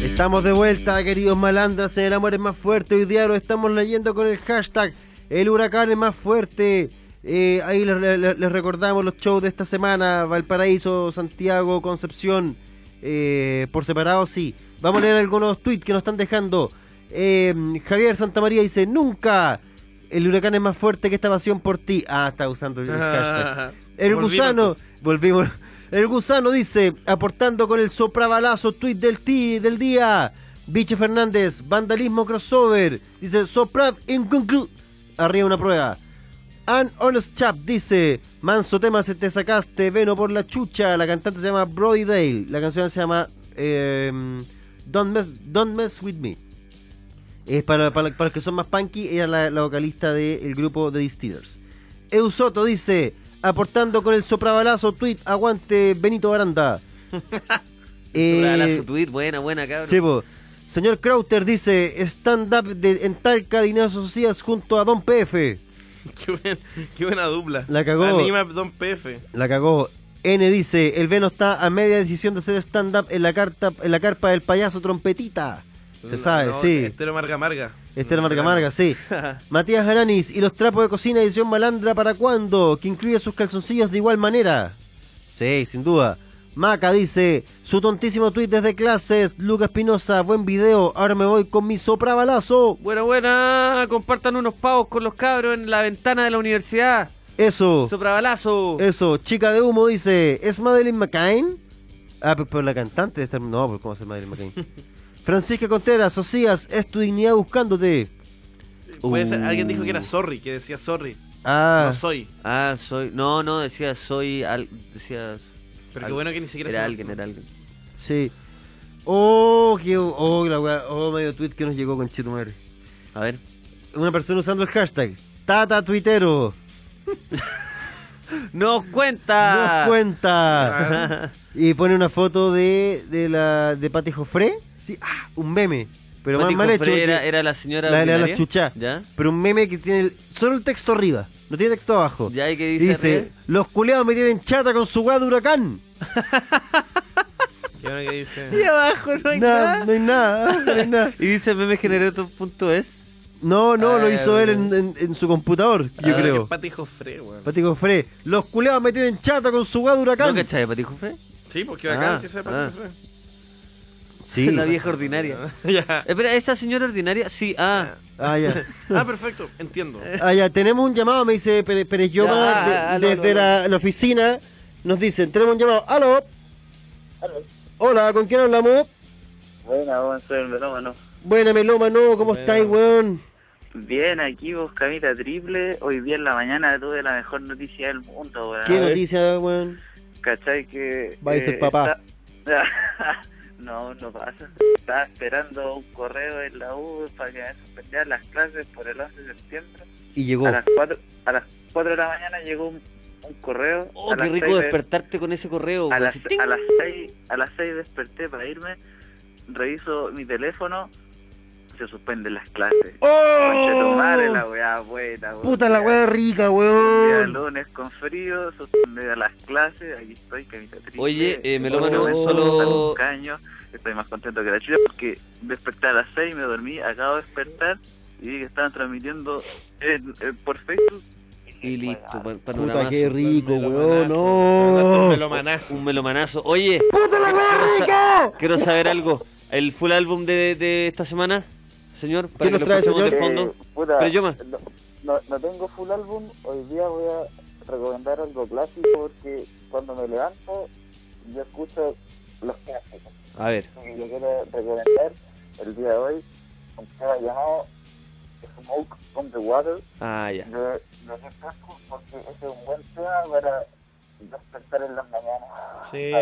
Estamos de vuelta, queridos malandras, en el amor es más fuerte. Hoy día lo estamos leyendo con el hashtag El huracán es más fuerte. Eh, ahí les, les- les recordamos los shows de esta semana: Valparaíso, Santiago, Concepción. Eh, por separado, sí. Vamos a leer algunos tweets que nos están dejando. Eh, Javier Santamaría dice: Nunca el huracán es más fuerte que esta pasión por ti. Ah, está usando el hashtag. El
Volvimos,
gusano. Volvimos. El gusano dice, aportando con el soprabalazo tweet del, ti- del día. Biche Fernández, vandalismo crossover. Dice, soprab en conclu- Arriba una prueba. An Honest Chap dice, manso tema se te sacaste, veno por la chucha. La cantante se llama Brody Dale. La canción se llama eh, Don't, mess, Don't Mess With Me. Es para, para, para los que son más punky, ella es la, la vocalista del grupo The Distillers. Eusoto dice, aportando con el soprabalazo, tweet, aguante Benito Baranda. Eh,
Soprabalazo, tweet, buena, buena, cabrón.
sí, po. Señor Crowther dice, stand-up de- en Talca, Dinero Socias junto a Don PF.
Qué, buen- qué buena dupla.
La cagó.
Anima Don PF.
La cagó. N dice, el Veno está a media decisión de hacer stand-up en la, carta, en la carpa del payaso trompetita. Se sabe,
Uh, No, este
sí. Este
Estero Marga Marga.
Esther Marga Marga, sí. Matías Aranis y los trapos de cocina edición malandra para cuándo, que incluye sus calzoncillos de igual manera. Sí, sin duda. Maca dice, su tontísimo tweet desde clases, Lucas Pinoza, buen video, ahora me voy con mi soprabalazo.
Buena, buena. Compartan unos pavos con los cabros en la ventana de la universidad.
Eso,
Soprabalazo.
eso, chica de humo dice, ¿es Madeleine McCain? Ah, pero, pero la cantante de esta- No, pues cómo va a ser Madeleine McCain. Francisca Contreras, Socias, es tu dignidad buscándote.
Puede ser,
Uh.
alguien dijo que era sorry, que decía sorry.
Ah.
No soy.
Ah, soy. No, no, decía soy. al- decía.
Pero qué
al-
bueno que ni siquiera
Era
se-
alguien, era alguien.
Sí. Oh, qué, oh, la weá. Oh, medio tweet que nos llegó con Chitumare.
A ver.
Una persona usando el hashtag. Tata tuitero.
¡Nos cuenta!
Nos cuenta. y pone una foto de, de la de Pati Jofré. Sí, ah, un meme. Pero más
Mati
mal hecho.
Cofré Era,
porque
era la señora.
la de la
ordinaria.
chucha.
¿Ya?
Pero un meme que tiene el- solo el texto arriba. No tiene texto abajo.
¿Ya? ¿Y qué
Y
dice?
Dice,
arriba?
los culeados me tienen chata con su weá de huracán.
Qué bueno que dice.
Y abajo no hay
Nada,
nada.
no hay nada, no hay nada.
Y dice memegenerator.es.
No, no, lo
Ah,
hizo él en, en- en su computador, yo
Ah,
creo.
qué Patijo Fre, weón.
Pati Cofré, los culeados me tienen chata con su weá de
¿No
huracán.
cachai, Pati Jofre?
Sí, porque bacán
Ah,
que sea
ah.
Patijo Fre.
Sí.
La vieja ordinaria.
Ya.
Espera, ¿esa señora ordinaria? Sí, ah.
Ah, ya.
Ah, perfecto, entiendo.
Ah, ya, tenemos un llamado, me dice Pérez, Pérez Lloma,
Ya,
de-
aló,
desde
aló,
la, la oficina. Nos dicen, tenemos un llamado. ¡Aló! Hola, ¿con quién hablamos?
Buena, vos soy el melómano.
Buena, melómano, ¿cómo estáis, weón?
Bien, aquí vos, Camila Triple. Hoy día en la mañana tuve la mejor noticia del mundo, weón.
¿Qué noticia, weón?
¿Cachai que...? eh,
Va a decir papá.
está- no, no pasa. Estaba esperando un correo en la U para que me suspendieran las clases por el 11 de septiembre.
Y llegó.
A las 4, a las 4 de la mañana llegó un, un correo.
Oh,
A
qué
las
rico
seis de-
despertarte con ese correo.
a
Pues
güey,
las,
así, ting.
a las seis a las seis desperté para irme reviso mi teléfono se suspenden las clases Conchetumare, la weá buena weón.
¡Oh! Puta la weá rica,
Día
weón.
lunes con frío suspendida las clases aquí estoy camisa triste
Oye, eh, melómano,
Estoy comenzando a
solo-
estar un caño. estoy más contento que la chula porque desperté a las seis me dormí acabo de despertar y vi que estaban transmitiendo en- en- por Facebook
Y listo, pa- panoramazo.
Puta, qué rico, weón, no.
melomanazo.
Un melomanazo. Oye,
¡Puta la weá rica!
quiero saber algo. El full álbum de, de esta semana, señor, para
nos
que lo
trae,
escuchemos de
señor?
fondo.
Eh, puta,
Pero Yoma.
no, no- no tengo full álbum, hoy día voy a recomendar algo clásico porque cuando me levanto yo escucho los clásicos.
A ver.
Y yo quiero recomendar el día de hoy un tema llamado Smoke on the Water
Ah,
de,
ya.
de Deep Purple, porque ese es un buen tema para despertar en las mañanas.
Sí.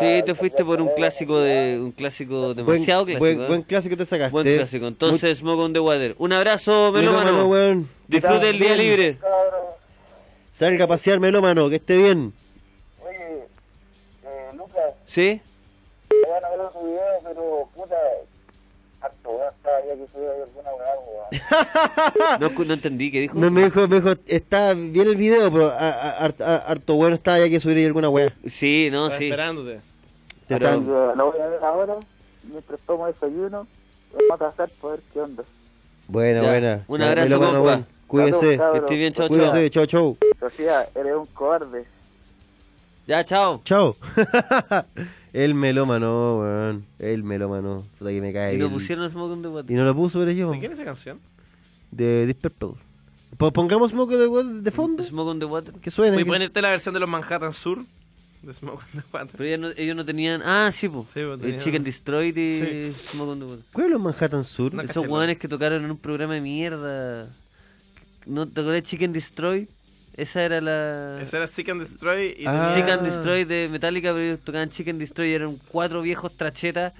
Sí, te fuiste por un clásico de un clásico
Buen,
demasiado clásico.
buen-
¿eh?
buen clásico te sacaste.
Buen clásico. Entonces, Smoke on the Water. Un abrazo,
Muy- melómano,
melómano.
weón.
Disfrute el día
Bien.
libre.
Salga a pasear, melómano, que esté bien.
Oye, eh, Lucas,
¿Sí?
me van a ver otro video, pero puta, harto, weón, estaba ya que subía alguna weá, weón.
No, escu- no entendí qué dijo.
No, me dijo, me dijo, está bien el video, pero a- a- hart- a- harto bueno está, ya que subir ahí alguna weá.
Sí, no,
Estaba
sí.
esperándote.
Te
Pero-
están-
Lo voy a ver ahora.
mientras tomo desayuno, vamos a pasar para ver qué onda.
Buena,
Ya,
buena.
un
Ya,
abrazo,
melómano,
compa.
buen. Cuídese.
Saludos, cabros.
Cuídese, chao, chao.
Sofía, eres un cobarde.
Ya, chao.
Chao. el melómano, weón. El melómano. Puta que me cae.
Y lo
bien.
pusieron Smoke on the Water.
Ah, Y no lo puso, pero yo.
¿De quién es esa canción?
De Deep Purple. Po- Pongamos Smoke on the Water de fondo.
Smoke on the Water.
Que suene.
Voy a
que-
ponerte la versión de los Manhattan Sur de Smoke on the Water.
Pero ellos no, ellos no tenían. Ah, sí, po.
po,
Eh,
tenían-
Chicken Destroyed y Smoke on the Water.
¿Cuál es los Manhattan Sur?
Esos hueones que tocaron en un programa de mierda. ¿No te acuerdas de Chicken Destroy? Esa era la. Ah.
Esa era Seek and Destroy y
Chicken
Ah.
tenía-
Destroy de Metallica, pero ellos tocaban Chicken Destroy y eran cuatro viejos trachetas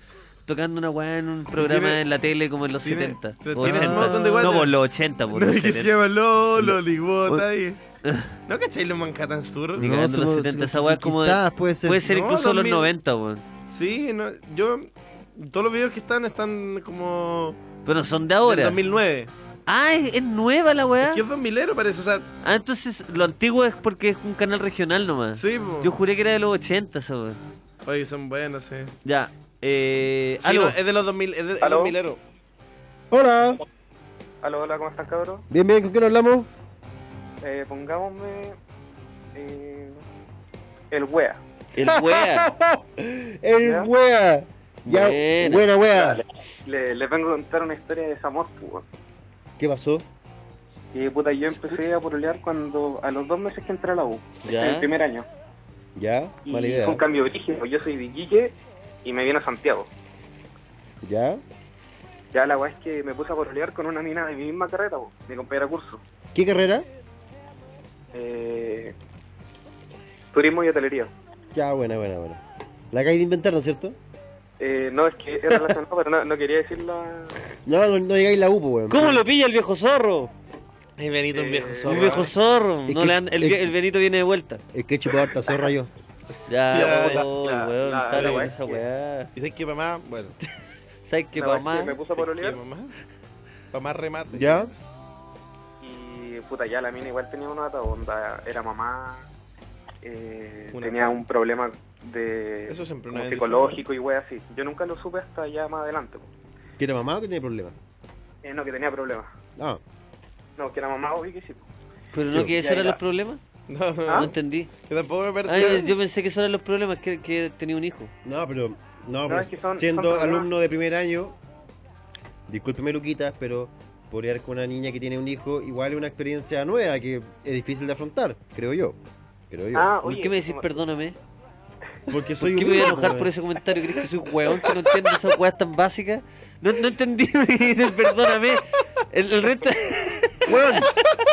tocando una weá en un programa
Tiene-
en la tele como en los
tiene-
70.
pero
O
tiene
ochenta.
Smoke on the Water.
No, por los 80, por
No,
los
que se
70.
llama Lolo, Ligota.
Uy.
y- ¿No cacháis los Manhattan Sur?
Ni cagando los
somos-
70, esa weá es como. de-
quizás puede ser-
Puede ser
No,
incluso los
2000.
90, weón.
Sí, no, yo. Todos los videos que están están como.
Pero son de ahora.
Del 2009.
Ah, es, es nueva la weá.
Que es 2000 ero parece, o sea.
Ah, entonces lo antiguo es porque es un canal regional nomás.
Sí, po.
Yo juré que era de los 80, esa weá.
Oye, son buenos, sí.
Ya. Eh,
Sí,
aló.
no, es de los 2000, es de es
¿Aló?
2000 ero.
Hola.
Aló, hola, ¿cómo estás, cabrón?
Bien, bien, ¿con quién hablamos?
Eh, pongámosme. eh, el wea.
El wea.
El wea. Ya,
Buena.
buena wea.
Le, les vengo a contar una historia de desamor, pues, weón.
¿Qué pasó?
Y puta, yo empecé a pololear cuando. a los dos meses que entré a la U.
Ya.
En el primer año.
Ya,
Y
mala
fue
idea.
un cambio de origen. Yo soy de Iquique y me vine a Santiago.
Ya.
Ya la weá es que me puse a pololear con una mina de mi misma carrera, po, mi compañera de curso.
¿Qué carrera?
Eh, turismo y hotelería.
Ya, buena, buena, buena. La acabas de inventar, ¿no es cierto?
Eh, no, es que es relacionado, pero no, no quería decirla.
No, no, no llegáis la UPO, weón.
¿Cómo lo pilla el viejo zorro? Eh,
Es Benito, un viejo zorro.
el viejo zorro.
Es
No
que-
le han- el,
es-
vie- el Benito viene de vuelta.
Es que he chupado harta zorra yo.
Ya,
Ya,
oh,
la-
weón.
la-
dale
la
con
weá
esa
que-
weá.
¿Y sabes qué, mamá? Bueno.
¿Sabes qué,
la weá es
mamá?
que me puse a pololear
Para más remate.
¿Ya?
y puta, ya la mina igual tenía una data onda. Era mamá, eh,
Una
tenía
data.
un problema de
Eso siempre
como
una vez
psicológico y wea así. Yo nunca lo supe hasta ya más adelante. po.
¿Que era mamá o que tenía problemas?
Eh, no, que tenía problemas.
Ah,
No, que era mamá, obvio que sí. po.
Pero no, que
Ya,
esos eran
ya.
los problemas.
No, no,
No
¿Ah?
entendí.
Yo tampoco me perdí.
Ah, yo, yo pensé que esos eran los problemas, que, que tenía un hijo.
no, pero. No,
No,
pero
es que son-
siendo
son problemas.
alumno de primer año, discúlpeme, Luquitas, pero porear con una niña que tiene un hijo igual es una experiencia nueva que es difícil de afrontar, creo yo. Creo yo.
Ah,
¿Por
oye,
qué me decís
como-
perdóname?
Porque soy un
¿Por qué me voy a
loco,
enojar
weón.
por ese comentario? ¿Crees que soy un weón que no entiendo esas weas tan básicas? No, no entendí, me dices perdóname. El, el resto.
Weón,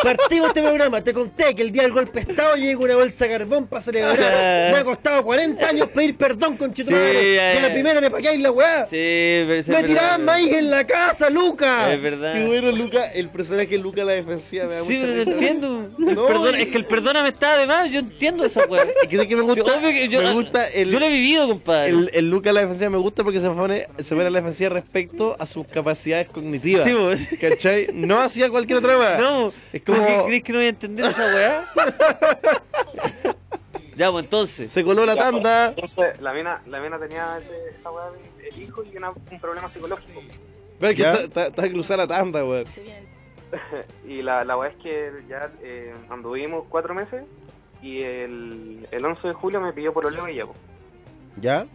partimos este programa. Te conté que el día del golpe de Estado llega una bolsa de carbón para celebrar. Me ha costado 40 años pedir perdón con
Sí, ya,
Y a la
ya.
primera me pagáis la weá.
Sí, pero ese
Me
es verdad,
tiraban maíz en la casa, Luca.
Es verdad.
Qué bueno, Luca, el personaje Luca a la defensiva me da
Sí,
mucha
pero no
risa.
entiendo. El
No,
perdón-
y-
es que el perdóname está de más, yo entiendo esa weá.
Es que sé que me gusta.
obvio que yo- ah,
me gusta el,
Yo lo he vivido, compadre.
el, el Luca a la defensiva me gusta porque se pone, se pone a la defensiva respecto a sus capacidades cognitivas.
Sí, vos.
¿Cachai? No hacía cualquier otra weá.
No,
Es
¿por
como-
qué crees que no voy a entender esa weá? ya, pues entonces.
Se coló la
Ya,
tanda.
Entonces, la mina, la mina tenía ese- esa weá del hijo y una- un problema psicológico.
Ve que
Ya.
está, está, está cruzada la tanda, weón.
Y la, la weá es que ya eh, anduvimos cuatro meses y el, el 11 de julio me pidió por oleo y llevo.
¿Ya?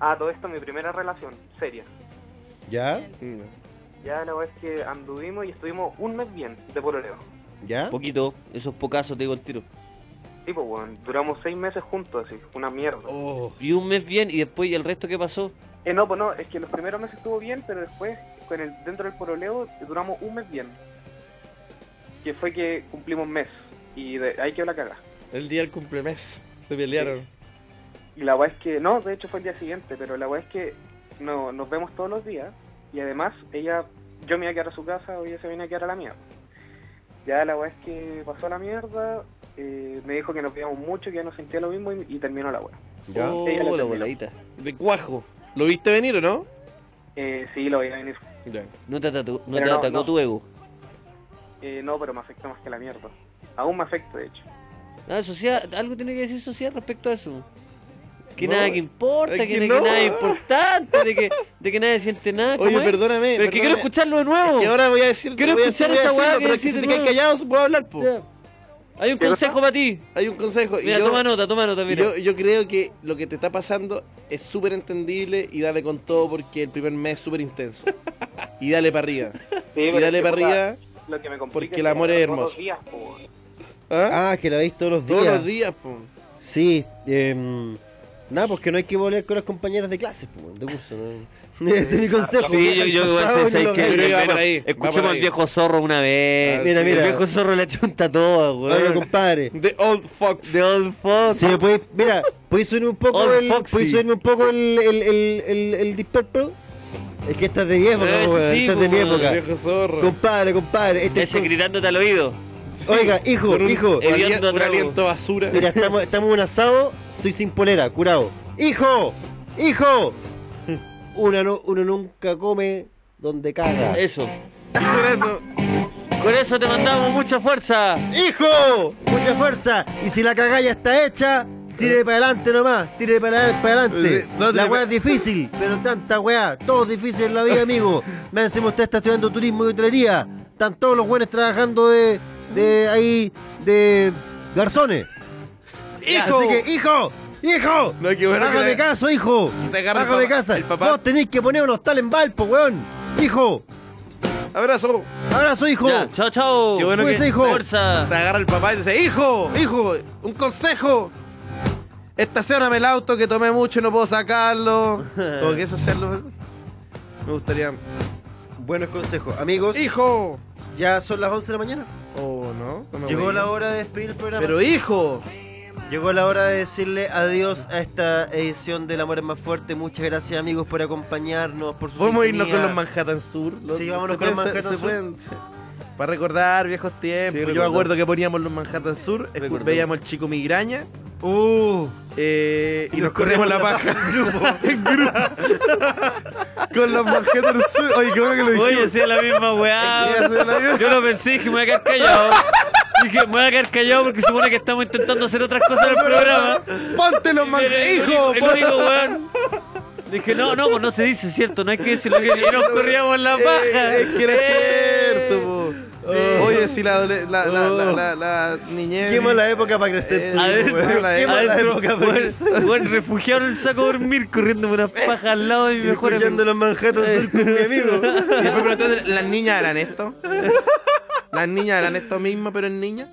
Ah, todo esto, mi primera relación, seria.
¿Ya?
Ya la weá es que anduvimos y estuvimos un mes bien de pololeo.
¿Ya?
Poquito, esos pocazos te digo el tiro.
Tipo, weón, duramos seis meses juntos así, una mierda.
Oh, Y un mes bien, y después, ¿y el resto qué pasó?
Eh, no, pues no, es que los primeros meses estuvo bien, pero después, con el, dentro del pololeo, duramos un mes bien. Que fue que cumplimos un mes y de, ahí quedó la caga.
El día del cumplemes. Se pelearon.
Y la weá es que, no, de hecho fue el día siguiente, pero la weá es que no, nos vemos todos los días y además ella, yo me iba a quedar a su casa o ella se venía a quedar a la mía. Ya la weá es que pasó a la mierda, eh, me dijo que nos veíamos mucho, que ya no sentía lo mismo y, y terminó la weá.
¿Ya?
Oh,
Sí, ya la
la
terminé.
voladita.
De cuajo. ¿Lo viste venir o no?
Eh, sí, lo voy a venir.
Ya.
No te, atatu- no
Pero
te
no,
atacó
no.
tu ego.
Eh, no, pero me afecta más que la mierda. Aún me afecta, de hecho.
Ah, sociedad, algo tiene que decir sociedad respecto a eso. Que
No,
nada que importa,
es
que,
que
na- que
no.
nada importante, de que de que nadie siente nada. ¿cómo
Oye,
es?
perdóname,
Pero es que
perdóname.
quiero escucharlo de nuevo.
Es que ahora voy a decir-
Quiero
voy a
escuchar
decir- voy a
esa
decirlo,
weá que
pero es que
decís
si
de
te quedas
nuevo.
callado, puedo hablar, po.
Ya. Hay un consejo para ti.
Hay un consejo. y
Mira,
yo-
toma nota, toma nota, mira.
Yo, yo creo que lo que te está pasando es súper entendible y dale con todo porque el primer mes es súper intenso. y dale para arriba. y dale para arriba.
Lo que me complica
porque
que
el amor es
todos los
hermoso.
días, po.
Ah, que la veis todos los días.
Todos los días, po.
Sí. em, nada, porque no hay que volver con las compañeras de clases, po, de curso. ¿no? Ese es mi consejo.
Sí, yo, yo igual sé, sé que
ah, Pero iba
bueno,
por ahí, va por
escuchemos
ahí.
al viejo zorro una vez.
Ah, Mira, sí. mira.
El viejo zorro le chunta todo, weón.
Oye, compadre.
The Old Fox.
The Old Fox.
Sí, puedes, mira, puedes subirme un poco
Old
el,
Foxy.
puedes subirme un poco el, el, el, el, el Deep Purple? Es que estás de mi época,
Eh,
weón,
sí,
estás de mi
weón.
época.
Viejo zorro.
Compadre, compadre, este
Ese gritándote al oído.
Oiga, hijo,
Con un
hijo.
hediondo trago.
basura.
Mira, estamos, estamos en un asado, estoy sin polera, curado. ¡Hijo! ¡Hijo! Uno, no- uno nunca come donde caga.
Eso.
Eso era eso.
Con eso te mandamos mucha fuerza.
¡Hijo! Mucha fuerza. Y si la cagalla está hecha, tírele para adelante nomás. Tírele para, para adelante.
Sí, no
la
te-
weá es difícil, pero tanta weá. Todo es difícil en la vida, amigo. Me encima usted está estudiando turismo y hotelería. Están todos los buenos trabajando de, de ahí, de garzones.
¡Hijo!
Así que, hijo, hijo,
No, qué bueno que
hágame
te-
caso, hijo.
que te agarre el
Hágame
papá-
caso.
el papá.
Vos tenéis que poner un hostal en Valpo, weón. Hijo,
Abrazo.
abrazo, hijo.
Ya, chao, chao.
Qué bueno
Pues,
que
hijo.
Fuerza.
te agarra el papá y te dice, hijo, hijo, un consejo. Estacioname el auto que tomé mucho y no puedo sacarlo. Como que eso hacerlo. Me gustaría.
Buenos consejos, amigos.
¡Hijo!
Ya son las 11 de la mañana.
Oh, no. no me
Llegó
voy.
la hora de despedir el programa.
Pero hijo.
Llegó la hora de decirle adiós a esta edición del Amor es más fuerte. Muchas gracias amigos por acompañarnos, por su
Vamos a irnos con
sintonía.
los Manhattan Sur. Los-
Sí, vámonos
se
con los
pueden-
Manhattan
se
Sur.
pueden- se- Para recordar viejos tiempos. Yo me
recordar.
acuerdo que poníamos los Manhattan Sur, escu-
Recordemos.
veíamos el chico migraña
Uh,
eh, y, nos corríamos la paja en grupo. con los Manhattan Sur. Oye, qué bueno que lo dijimos.
Oye, sea la misma
Ya
weá.
se la dio.
Yo lo pensé, dije, me voy a quedar callado. Dije, me voy a quedar callado porque supone que estamos intentando hacer otras cosas en el programa.
Ponte los
Mira,
Manhattan.
el
Hijo,
único- el
ponte-
único weón. Dije, no, no, pues no se dice, ¿cierto? No hay que decirlo. Que... Y nos corríamos la paja.
Eh, es que era
Eh.
cierto, po. Oye, si la, dole- la, la,
Oh.
la, la, la niñez.
qué mala época para
Eh,
crecer. tú, weón.
Adentro,
la
qué mala
adentro,
época para
weón,
crecer.
weón, refugiado en el saco a dormir, corriéndome una
Eh,
paja al lado de mi mejor Eh.
Escuchando los Manhattan Sur con mi amigo.
Y después preguntaste, ¿las niñas harán esto? ¿Las niñas harán esto mismo, pero en niñas?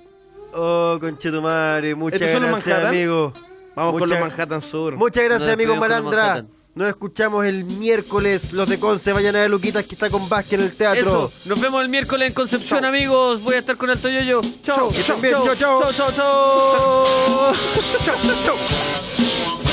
Oh, conchetumare, muchas
¿Estos son los
gracias
Manhattan?
amigo.
Vamos con
Muchas-
los Manhattan Sur.
Muchas gracias
Nos
amigo
despedimos con los
Malandra.
Manhattan.
Nos escuchamos el miércoles. Los de Conce, vayan a ver Luquitas que está con Vázquez en el teatro.
Eso, nos vemos el miércoles en Concepción, amigos. Voy a estar con Alto Yoyo. Chao,
Que estén bien. Chao, chao.
chao, chao, chao.
Chau, chau.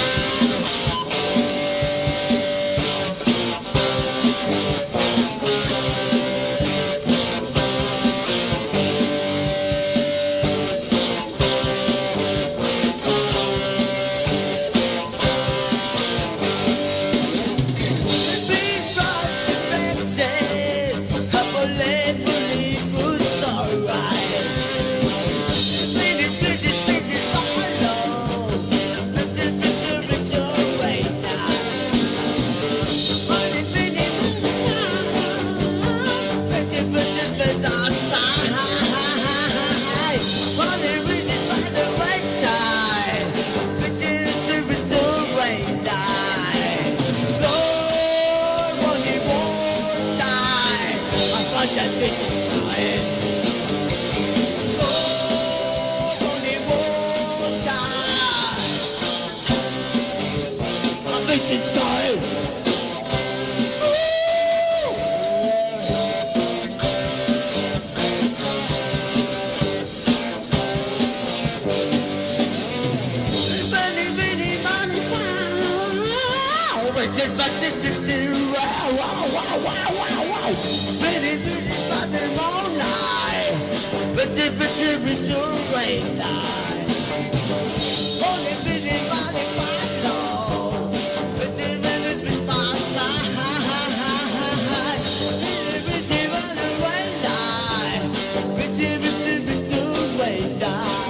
Bye.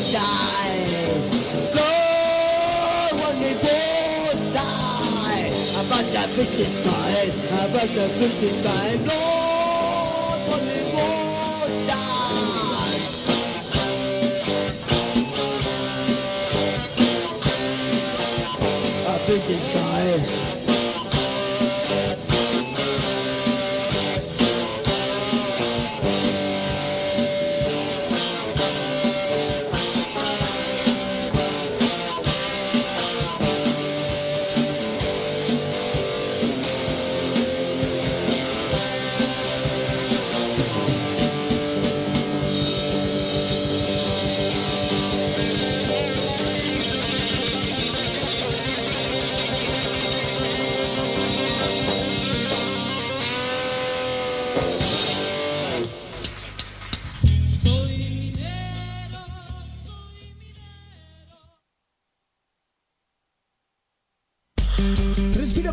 die. No one they won't die. About that bitch's mind, about that bitch's mind. No one they won't die. A bitch's mind.
Respira